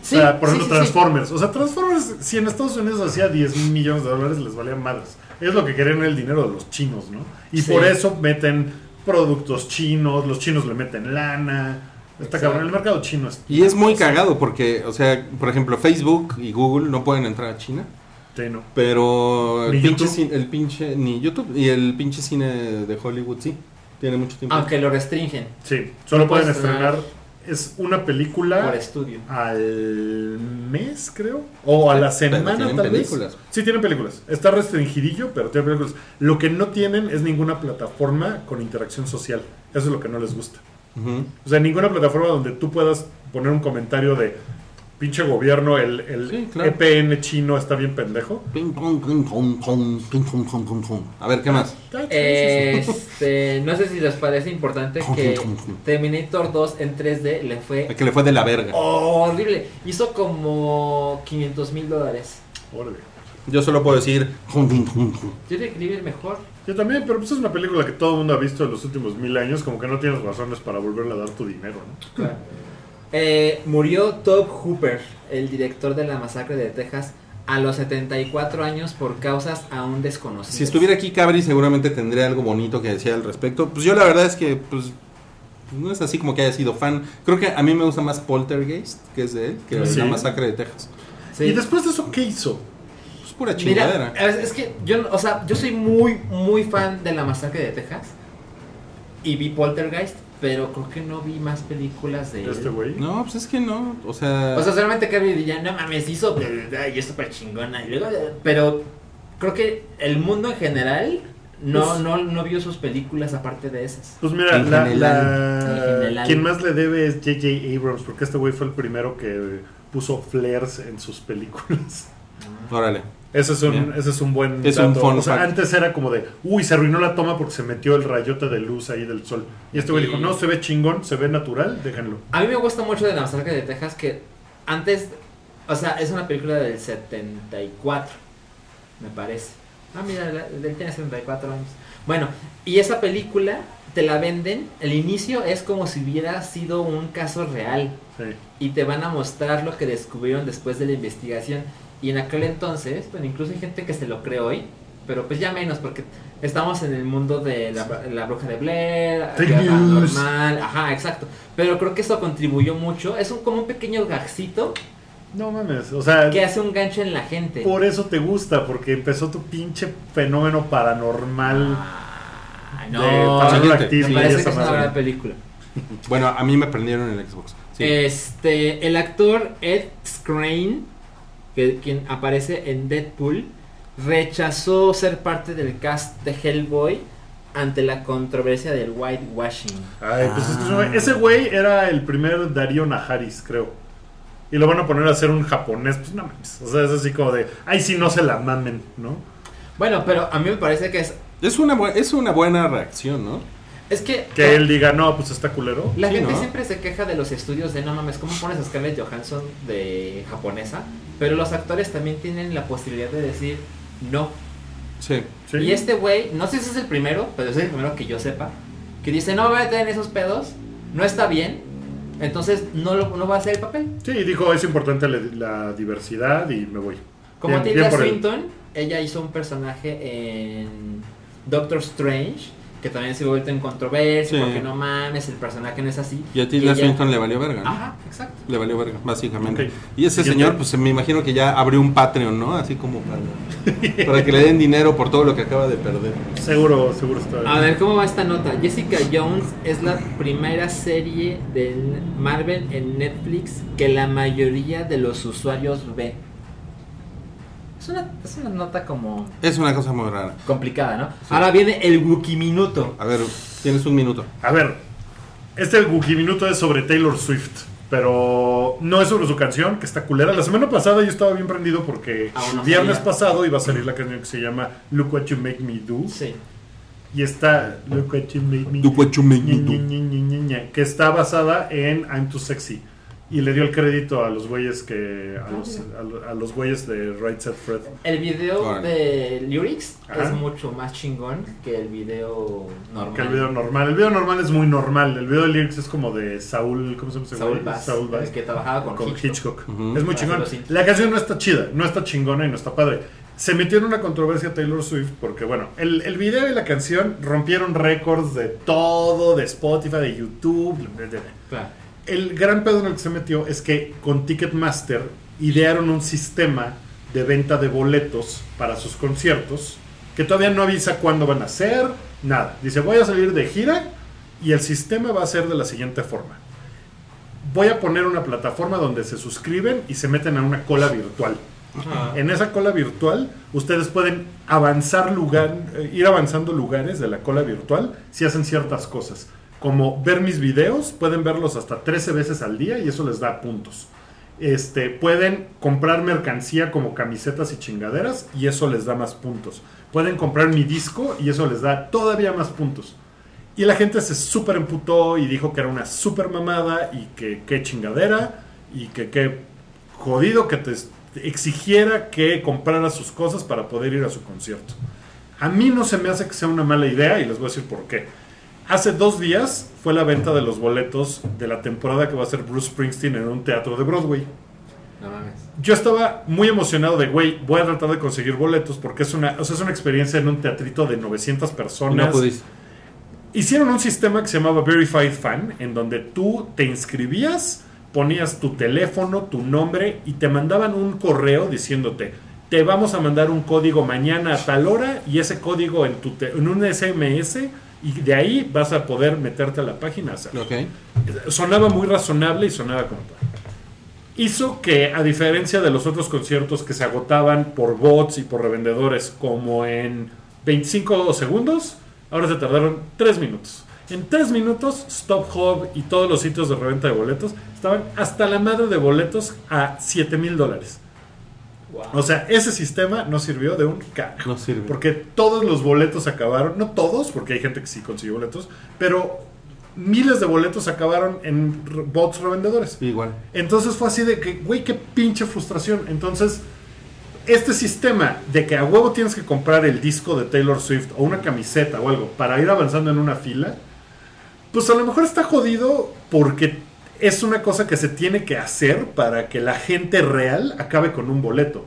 B: o sea, por ejemplo,
D: sí, sí.
B: Transformers. O sea, Transformers, si en Estados Unidos hacía 10 millones de dólares, les valía madres. Es lo que querían el dinero de los chinos, ¿no? Y
D: Sí.
B: por eso meten productos chinos, los chinos le meten lana. Está
D: Exacto.
B: cabrón, el mercado chino es...
C: Y es muy cagado porque, o sea, por ejemplo, Facebook y Google no pueden entrar a China.
B: Sí, no.
C: Pero el
B: Ni
C: pinche,
B: YouTube.
C: cine- el pinche, ni YouTube, y el pinche cine de Hollywood sí, tiene mucho tiempo.
D: Aunque lo restringen
B: Sí, solo
D: No
B: pueden
D: puedes estrenar.
B: estrenar... Es una
D: por
B: película
D: estudio.
B: al mes, creo. O a la
C: Pero
B: semana,
C: tienen
B: tal vez.
C: películas.
B: Sí, tienen películas. Está restringidillo, pero tienen películas. Lo que no tienen es ninguna plataforma con interacción social. Eso es lo que no les gusta.
C: Ujú.
B: O sea, ninguna plataforma donde tú puedas poner un comentario de pinche gobierno, el, el
C: Sí, claro.
B: EPN chino está bien pendejo.
C: Ping, pong, ping, pong, pong, ping, pong, pong, pong, pong. A ver, ¿qué más?
B: Ah,
D: Este, no sé si les parece importante que Terminator 2 en 3D le fue
C: Que le fue de la verga.
D: horrible. Hizo como 500 mil dólares.
B: Órale.
C: Yo solo puedo decir. "Jum, jum, jum, jum".
D: Yo diría que vive el mejor.
B: Yo también, pero pues es una película que todo el mundo ha visto en los últimos mil años, como que no tienes razones para volverle a dar tu dinero, ¿no?
D: Eh, murió Tob Hooper, el director de la masacre de Texas, a los 74 años por causas aún desconocidas.
C: Si estuviera aquí Cabri, seguramente tendría algo bonito que decir al respecto. Pues yo la verdad es que, pues. No es así como que haya sido fan. Creo que a mí me gusta más Poltergeist, que es de él, que
B: Sí.
C: la masacre de Texas.
D: Sí.
B: Y después de eso, ¿qué hizo?
C: Pues pura
D: Mira, eh,
C: chingadera.
D: es, es que yo, no- o sea, yo soy muy, muy fan de la masacre de Texas y vi Poltergeist, pero creo que no vi más películas de él.
B: Este güey.
C: No, pues es que no. O sea.
D: O sea, solamente Kirby diría, no mames, hizo bla, bla, bla, y es súper chingona. y luego, eh, pero creo que el mundo en general no,
B: Pues-
D: no, no vio sus películas aparte de esas.
B: Pues mira,
C: En
B: la,
C: general.
B: la-
D: En general.
B: quien más le debe es J.J. Abrams, porque este güey fue el primero que puso flares en sus películas.
C: Órale.
B: Ese es un,
C: Bien.
B: ese es un buen
C: Es un fun
B: o sea,
C: fact.
B: antes era como de, uy, se arruinó la toma porque se metió el rayote de luz ahí del sol. Y este güey
D: Y-
B: dijo, no, se ve chingón, se ve natural, déjenlo.
D: A mí me gusta mucho de la masacre de Texas que antes, o sea, es una película del 74, me parece. Ah, mira, la- él tiene 74 años. Bueno, y esa película te la venden, el inicio es como si hubiera sido un caso real.
B: Sí.
D: y te van a mostrar lo que descubrieron después de la investigación. Y en aquel entonces, bueno, incluso hay gente que se lo cree hoy, pero pues ya menos, porque estamos en el mundo de la, la bruja de Blair,
B: Fake
D: actividad
B: news.
D: paranormal, ajá, exacto. Pero creo que eso contribuyó mucho, es un, como un pequeño gajcito
B: No mames, o sea,
D: que hace un gancho en la gente.
B: por eso te gusta, porque empezó tu pinche fenómeno paranormal.
D: Ah,
B: de
D: no,
B: paranormal
C: siguiente,
B: activity
D: me
B: y
D: parece que
B: esa
D: es una
B: madre.
D: buena película.
C: Bueno, a mí me prendieron el Xbox. Sí.
D: Este, el actor Ed Skrein, que, quien aparece en Deadpool, rechazó ser parte del cast de Hellboy ante la controversia del whitewashing.
B: Ay, pues es que no-
C: Ah.
B: ese güey era el primer Darío Najaris, creo. Y lo van a poner a hacer un japonés, pues no mames. O sea, es así como de, ay, si no se la mamen, ¿no?
D: Bueno, pero a mí me parece que es
C: Es una, bu- es una buena reacción, ¿no?
D: es que
B: Que él diga, no, pues está culero.
D: la
C: Sí,
D: gente
C: ¿no?
D: siempre se queja de los estudios de no mames, ¿cómo pones a Scarlett Johansson de japonesa? Pero los actores también tienen la posibilidad de decir no.
C: Sí.
B: Sí.
D: Y este güey, no sé si es el primero, pero es el primero que yo sepa, que dice, no voy a tener esos pedos, no está bien, entonces no, lo, no va a hacer el papel.
B: Sí, dijo, es importante la, la diversidad y me voy.
D: Como
B: Bien,
D: Tilda
B: bien por él.
D: Swinton, ella hizo un personaje en Doctor Strange, que también se ha vuelto en controversia,
C: Sí.
D: porque no mames, el personaje no es así.
C: Y a Tilda
D: ella-
C: Swinton le valió verga, ¿no?
D: Ajá, exacto.
C: Le valió verga, básicamente.
B: Ok.
C: Y ese
B: Siguiente.
C: señor, pues me imagino que ya abrió un Patreon, ¿no? Así como para, para que le den dinero por todo lo que acaba de perder.
B: Seguro, seguro está.
D: A ver, ¿cómo va esta nota? Jessica Jones es la primera serie de Marvel en Netflix que la mayoría de los usuarios ve. Es una, es una nota como
C: Es una cosa muy rara.
D: complicada, ¿no? Ahora viene el Wookiee Minuto.
C: A ver, tienes un minuto.
B: A ver, este Wikiminuto es sobre Taylor Swift, pero no es sobre su canción, que está culera. La semana pasada yo estaba bien prendido porque
D: Aún Ah, no
B: el viernes
D: salía.
B: pasado iba a salir la canción que se llama Look What You Make Me Do.
D: Sí.
B: Y está Look What You Made Me
C: Look what you made me
B: Ña,
C: do.
B: Ña, Ña, Ña, Ña, Ña, que está basada en I'm Too Sexy. Y le dio el crédito a los güeyes que.
D: Ah,
B: a los, a lo- a los güeyes de Right Set Fred.
D: El video
C: Órale.
D: de Lyrics
B: Ajá.
D: es mucho más chingón que el video normal.
B: Que el video normal. El video normal es muy normal. El video de Lyrics es como de Saúl. ¿Cómo se llama ese
D: Saul
B: güey?
D: Bass,
B: Saúl Bass.
D: el que trabajaba con,
B: con
D: Hitchcock.
B: Hitchcock.
C: Ujú.
B: Es muy
D: Ah,
B: chingón.
D: sí, lo siento.
B: La canción no está chida, no está chingona y no está padre. Se metió en una controversia Taylor Swift porque, bueno, el, el video y la canción rompieron récords de todo, de Spotify, de YouTube. bla, bla, bla.
D: Claro.
B: El gran pedo en el que se metió es que con Ticketmaster idearon un sistema de venta de boletos para sus conciertos que todavía no avisa cuándo van a ser, nada. Dice, voy a salir de gira y el sistema va a ser de la siguiente forma. Voy a poner una plataforma donde se suscriben y se meten a una cola virtual. En esa cola virtual, ustedes pueden avanzar lugar, eh, ir avanzando lugares de la cola virtual si hacen ciertas cosas. Como ver mis videos, pueden verlos hasta 13 veces al día y eso les da puntos. este, pueden comprar mercancía como camisetas y chingaderas y eso les da más puntos. Pueden comprar mi disco y eso les da todavía más puntos. Y la gente se súper emputó y dijo que era una súper mamada y que qué chingadera y que qué jodido que te exigiera que comprara sus cosas para poder ir a su concierto. A mí no se me hace que sea una mala idea y les voy a decir por qué. Hace dos días fue la venta de los boletos de la temporada que va a hacer Bruce Springsteen en un teatro de Broadway.
D: No mames.
B: Yo estaba muy emocionado de, güey, voy a tratar de conseguir boletos porque es una, o sea, es una experiencia en un teatrito de 900 personas.
C: No pudiste.
B: Hicieron un sistema que se llamaba Verified Fan, en donde tú te inscribías, ponías tu teléfono, tu nombre y te mandaban un correo diciéndote, te vamos a mandar un código mañana a tal hora y ese código en, tu te- en un SMS y de ahí vas a poder meterte a la página. a hacerlo".
C: Ok.
B: Sonaba muy razonable y sonaba como... tal. Hizo que, a diferencia de los otros conciertos que se agotaban por bots y por revendedores como en 25 segundos, ahora se tardaron 3 minutos. En 3 minutos, Stop Hub y todos los sitios de reventa de boletos estaban hasta la madre de boletos a 7 mil dólares. O sea, ese sistema no sirvió de un carajo.
C: No sirve.
B: Porque todos los boletos acabaron, no todos, porque hay gente que sí consiguió boletos, pero miles de boletos acabaron en r- bots revendedores.
C: Igual.
B: Entonces fue así de que, güey, qué pinche frustración. Entonces, este sistema de que a huevo tienes que comprar el disco de Taylor Swift o una camiseta o algo para ir avanzando en una fila, pues a lo mejor está jodido porque es una cosa que se tiene que hacer para que la gente real acabe con un boleto.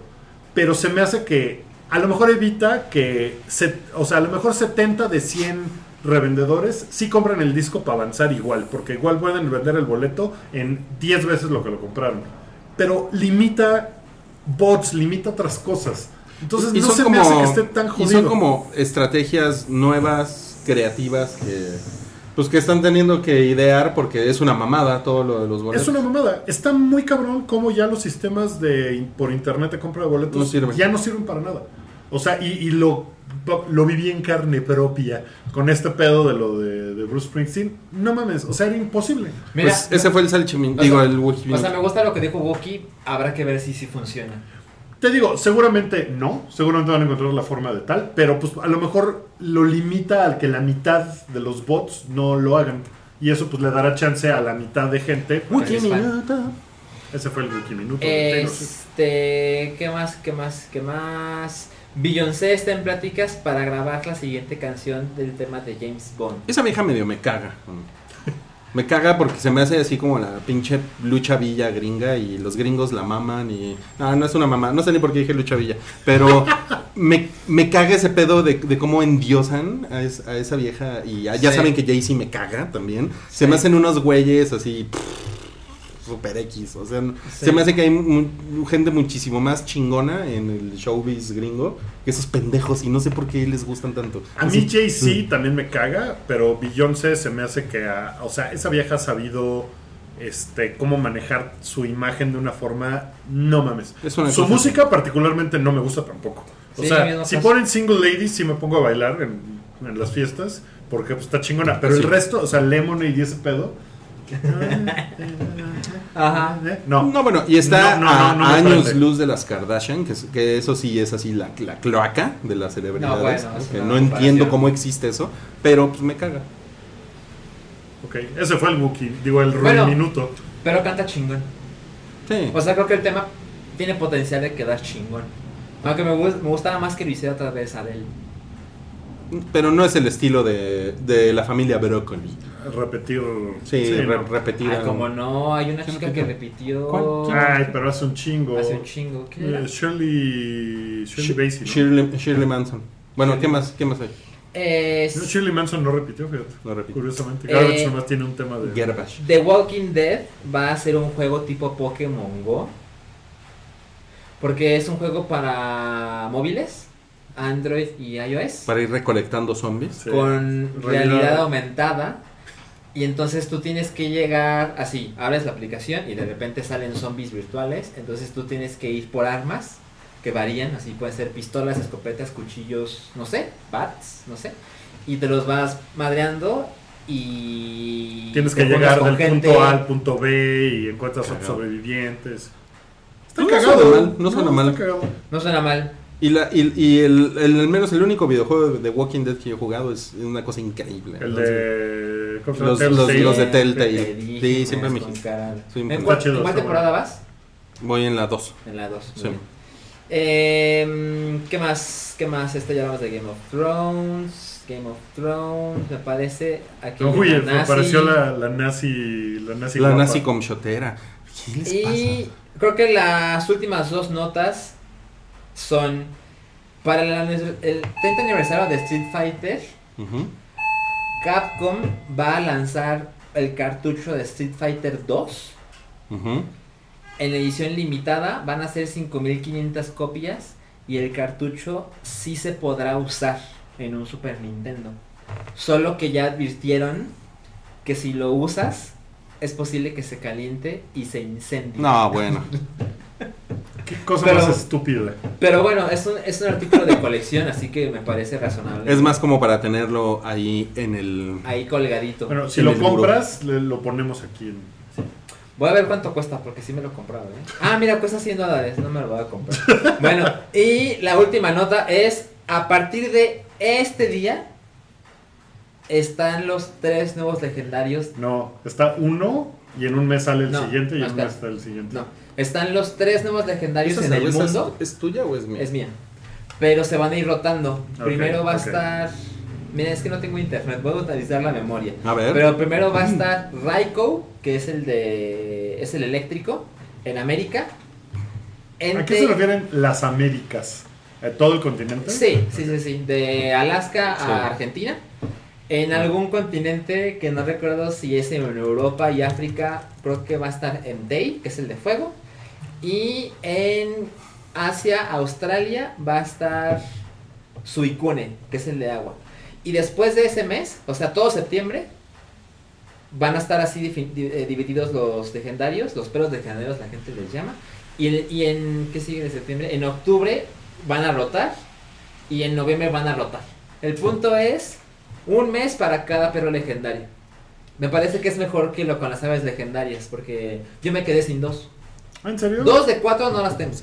B: Pero se me hace que a lo mejor evita que, se, o sea, a lo mejor 70 de 100 revendedores sí compran el disco para avanzar igual, porque igual pueden vender el boleto en 10 veces lo que lo compraron. Pero limita bots, limita otras cosas. Entonces
C: Y
B: no
C: son
B: se me hace que esté tan
C: y
B: jodido.
C: son como estrategias nuevas, creativas, que pues que están teniendo que idear porque es una mamada todo lo de los boletos.
B: Es una mamada. Está muy cabrón como ya los sistemas de por internet de compra de boletos
C: No sirven.
B: ya no sirven para nada. O sea, y, y lo, lo viví en carne propia con este pedo de lo de, de Bruce Springsteen. No mames, o sea, era imposible.
D: Mira,
C: Pues ese fue el salchimin,
D: o
C: digo,
D: sea,
C: el Wiki
D: O sea, me gusta lo que dijo Wookie. Habrá que ver si sí funciona.
B: Te digo, seguramente no, seguramente van a encontrar la forma de tal, pero pues a lo mejor lo limita al que la mitad de los bots no lo hagan. Y eso pues le dará chance a la mitad de gente.
D: Wiki
B: Ese-
D: Minuto.
B: Ese fue el Wiki Minuto.
D: Eh,
B: de Taylor Swift.
D: Este, ¿qué más? ¿Qué más? ¿Qué más? Beyoncé está en pláticas para grabar la siguiente canción del tema de James Bond.
C: Esa vieja medio me caga. Me caga porque se me hace así como la pinche lucha villa gringa y los gringos la maman y... No, no es una mamá, no sé ni por qué dije lucha villa, pero me, me caga ese pedo de, de cómo endiosan a, es- a esa vieja y ya ya
D: Sí.
C: saben que Jay-Z me caga también. Se
D: Sí.
C: me hacen unos güeyes así... pff, Super X, o sea, se me hace que hay mu- gente muchísimo más chingona en el showbiz gringo que esos pendejos y no sé por qué les gustan tanto.
B: A
C: Así, Mm.
B: mí Jay-Z también me caga, pero Beyoncé se me hace que, ah, o sea, esa vieja ha sabido este, cómo manejar su imagen de una forma, no mames.
C: Es una
B: su
C: cosa-
B: música particularmente no me gusta tampoco. O
D: Sí, a mí no
B: sea, si
D: pasa.
B: ponen Single Ladies sí me pongo a bailar en, en las fiestas, porque pues, está chingona, pero
C: Sí.
B: el resto, o sea, Lemonade y ese pedo...
D: Ajá.
B: No.
C: No, bueno, y está
B: No, no, no,
C: a
B: no me
C: años
B: prende.
C: luz de las Kardashian, que, es- que eso sí es así la, la cloaca de las celebridades.
D: No, bueno,
C: No,
D: es
C: que
D: una
C: no entiendo
D: comparación.
C: cómo existe eso, pero pues me caga.
B: Ok, ese fue el Wookiee, digo, el Rui
D: Bueno.
B: Minuto.
D: Pero canta chingón.
C: Sí.
D: O sea, creo que el tema tiene potencial de quedar chingón. Aunque me, gus- me gustaba más que lo hiciera otra vez Adele.
C: pero no es el estilo de, de la familia Broccoli.
B: Repetir...
C: Sí,
B: sí,
C: re-
B: no.
C: repetir.
D: Ay,
C: algo.
D: como no, hay una chica que repitió.
C: ¿Cuál?
B: Ay, pero hace un chingo.
D: Hace un chingo. ¿Qué era?
B: Eh, Shirley, Shirley
C: Shir-
B: Bassey. ¿no?
C: Shirley, Shirley Manson. Bueno,
D: Shirley
C: ¿qué más, ¿qué más hay?
D: Es
B: No, Shirley Manson no repitió, fíjate.
C: No repito.
B: Curiosamente,
D: Eh,
B: Garbage nomás tiene un tema de.
C: Garbage.
D: The Walking Dead va a ser un juego tipo Pokémon Go. Porque es un juego para móviles, Android y iOS.
C: Para ir recolectando zombies.
B: Sí.
D: con
B: Realidad.
D: realidad. aumentada. Y entonces tú tienes que llegar así, abres la aplicación y de repente salen zombies virtuales, entonces tú tienes que ir por armas que varían, así pueden ser pistolas, escopetas, cuchillos, no sé, bats, no sé, y te los vas madreando y
B: Tienes
D: te
B: que
D: juntas
B: llegar
D: con
B: del
D: gente.
B: punto A al punto B y encuentras otros
C: Cagado.
B: sobrevivientes. Está
C: No
B: cagado.
C: suena mal, no suena mal.
B: Está cagado.
D: No suena mal.
C: Y, la, y, y el, el- al menos el único videojuego de Walking Dead que yo he jugado es una cosa increíble.
B: El
C: Entonces,
B: de. ¿cómo se llama?
C: Los- los-
B: Telltale.
C: los de
D: Siempre
C: Telltale.
D: te dije,
C: Sí, siempre me
D: con
C: dijiste.
D: cara.
C: Sí,
D: ¿En
C: está
D: cuál,
B: chido,
D: en cuál
B: está
D: temporada vas?
C: Voy en la 2.
D: En la 2.
C: Sí.
D: Eh, ¿Qué más? ¿Qué más? Esto ya hablamos de Game of Thrones. Game of Thrones. Me parece. Aquí hay
B: Uy,
D: una
B: me
D: nazi.
B: pareció la, la nazi. La nazi.
C: La
B: guapa.
C: nazi comchotera. ¿Qué les
D: Y creo que las últimas dos notas son para el, ane- el 30 aniversario de Street Fighter.
C: pasa? Ujú.
D: Capcom va a lanzar el cartucho de Street Fighter 2
C: Ujú.
D: en edición limitada. Van a ser 5500 copias y el cartucho sí se podrá usar en un Super Nintendo. Solo que ya advirtieron que si lo usas es posible que se caliente y se incendie.
C: No, bueno.
B: Qué cosa
D: Pero-
B: más estúpida.
D: Pero bueno, es un, es un artículo de colección, así que me parece razonable.
C: Es más como para tenerlo ahí en el.
D: Ahí colgadito.
B: Bueno, si
C: En
B: lo
C: el muro.
B: compras, le- lo ponemos aquí. en-
D: Voy a ver cuánto cuesta, porque sí me lo he comprado, ¿eh? Ah, mira, cuesta 100 dólares, no me lo voy a comprar. Bueno, y la última nota es, a partir de este día, están los tres nuevos legendarios.
B: No, está uno y en un mes sale el
D: No,
B: siguiente y en
D: no,
B: un
D: espera.
B: mes está el siguiente.
D: No, están los tres nuevos legendarios
C: ¿Esa
D: en el
C: cerveza es-
D: mundo.
C: ¿Es tuya o es mía?
D: Es mía. Pero se van a ir rotando.
B: Ok,
D: Primero va a
B: ok.
D: estar... Mira, es que no tengo internet, voy a utilizar la memoria.
C: A ver.
D: Pero primero va a estar Raiko, que es el de. es el eléctrico, en América.
B: ¿A
D: Ente-
B: qué se refieren las Américas? ¿A todo el continente?
D: Sí, sí, sí, sí. De Alaska a
C: Sí.
D: Argentina. En algún continente que no recuerdo si es en Europa y África, creo que va a estar en Day, que es el de fuego. Y en Asia, Australia, va a estar Suicune, que es el de agua. Y después de ese mes, o sea, todo septiembre, van a estar así difi- di- eh, divididos los legendarios, los perros legendarios, la gente les llama. Y, el- y en, ¿qué sigue de septiembre? En octubre van a rotar y en noviembre van a rotar. El punto es un mes para cada perro legendario. Me parece que es mejor que lo con las aves legendarias, porque yo me quedé sin dos.
B: ¿Ah, ¿En serio?
D: Dos de cuatro no las tengo.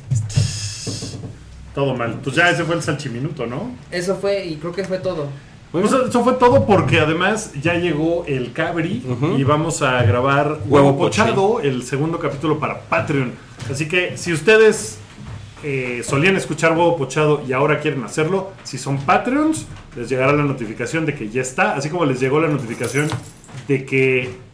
B: Todo mal. Pues ya ese fue el salchiminuto, ¿no?
D: Eso fue, y creo que fue todo.
C: Muy
B: Pues
C: bien.
B: eso fue todo porque además ya llegó el Cabri
C: Ujú.
B: y vamos a grabar
C: Huevo
B: Huevo Pochado, el segundo capítulo para Patreon. Así que si ustedes eh, solían escuchar Huevo Pochado y ahora quieren hacerlo, si son Patreons, les llegará la notificación de que ya está, así como les llegó la notificación de que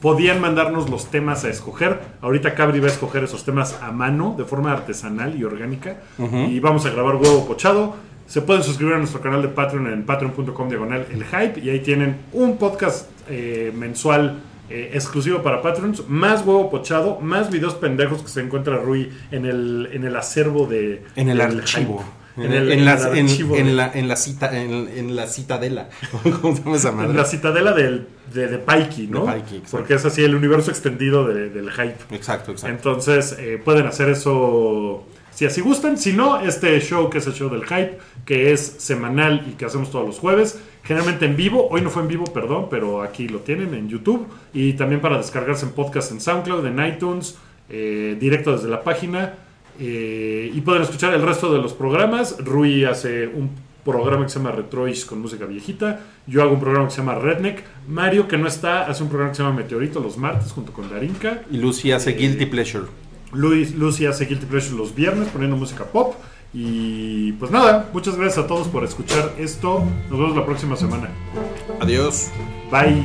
B: podían mandarnos los temas a escoger. Ahorita Cabri va a escoger esos temas a mano, de forma artesanal y orgánica. Y vamos a grabar huevo pochado. Se pueden suscribir a nuestro canal de Patreon en patreon.com diagonal el hype. Y ahí tienen un podcast eh, mensual eh, exclusivo para Patreons, más huevo pochado, más videos pendejos que se encuentra Rui en el, en el acervo de...
C: En el
B: del
C: archivo.
B: Hype.
C: En, el- en las- en-
B: archivo eh. de-
C: en la, en la cita, en, en la citadela. ¿Cómo se llama esa madre?
B: en la citadela del, de, de Paiki, ¿no?
C: De Paiki, exacto.
B: Porque es así el universo extendido de- del hype.
C: Exacto, exacto.
B: Entonces eh, pueden hacer eso si así gustan. Si no, este show que es el show del hype, que es semanal y que hacemos todos los jueves, generalmente en vivo. Hoy no fue en vivo, perdón, pero aquí lo tienen en YouTube. Y también para descargarse en podcast en SoundCloud, en iTunes, eh, directo desde la página. Eh, y pueden escuchar el resto de los programas. Rui hace un programa que se llama Retroish con música viejita. Yo hago un programa que se llama Redneck. Mario, que no está, hace un programa que se llama Meteorito los martes junto con Darinka.
C: Y Lucy hace
B: Eh,
C: Guilty Pleasure.
B: Luis, Lucy hace Guilty Pleasure los viernes poniendo música pop. Y pues nada, muchas gracias a todos por escuchar esto. Nos vemos la próxima semana.
C: Adiós.
B: Bye.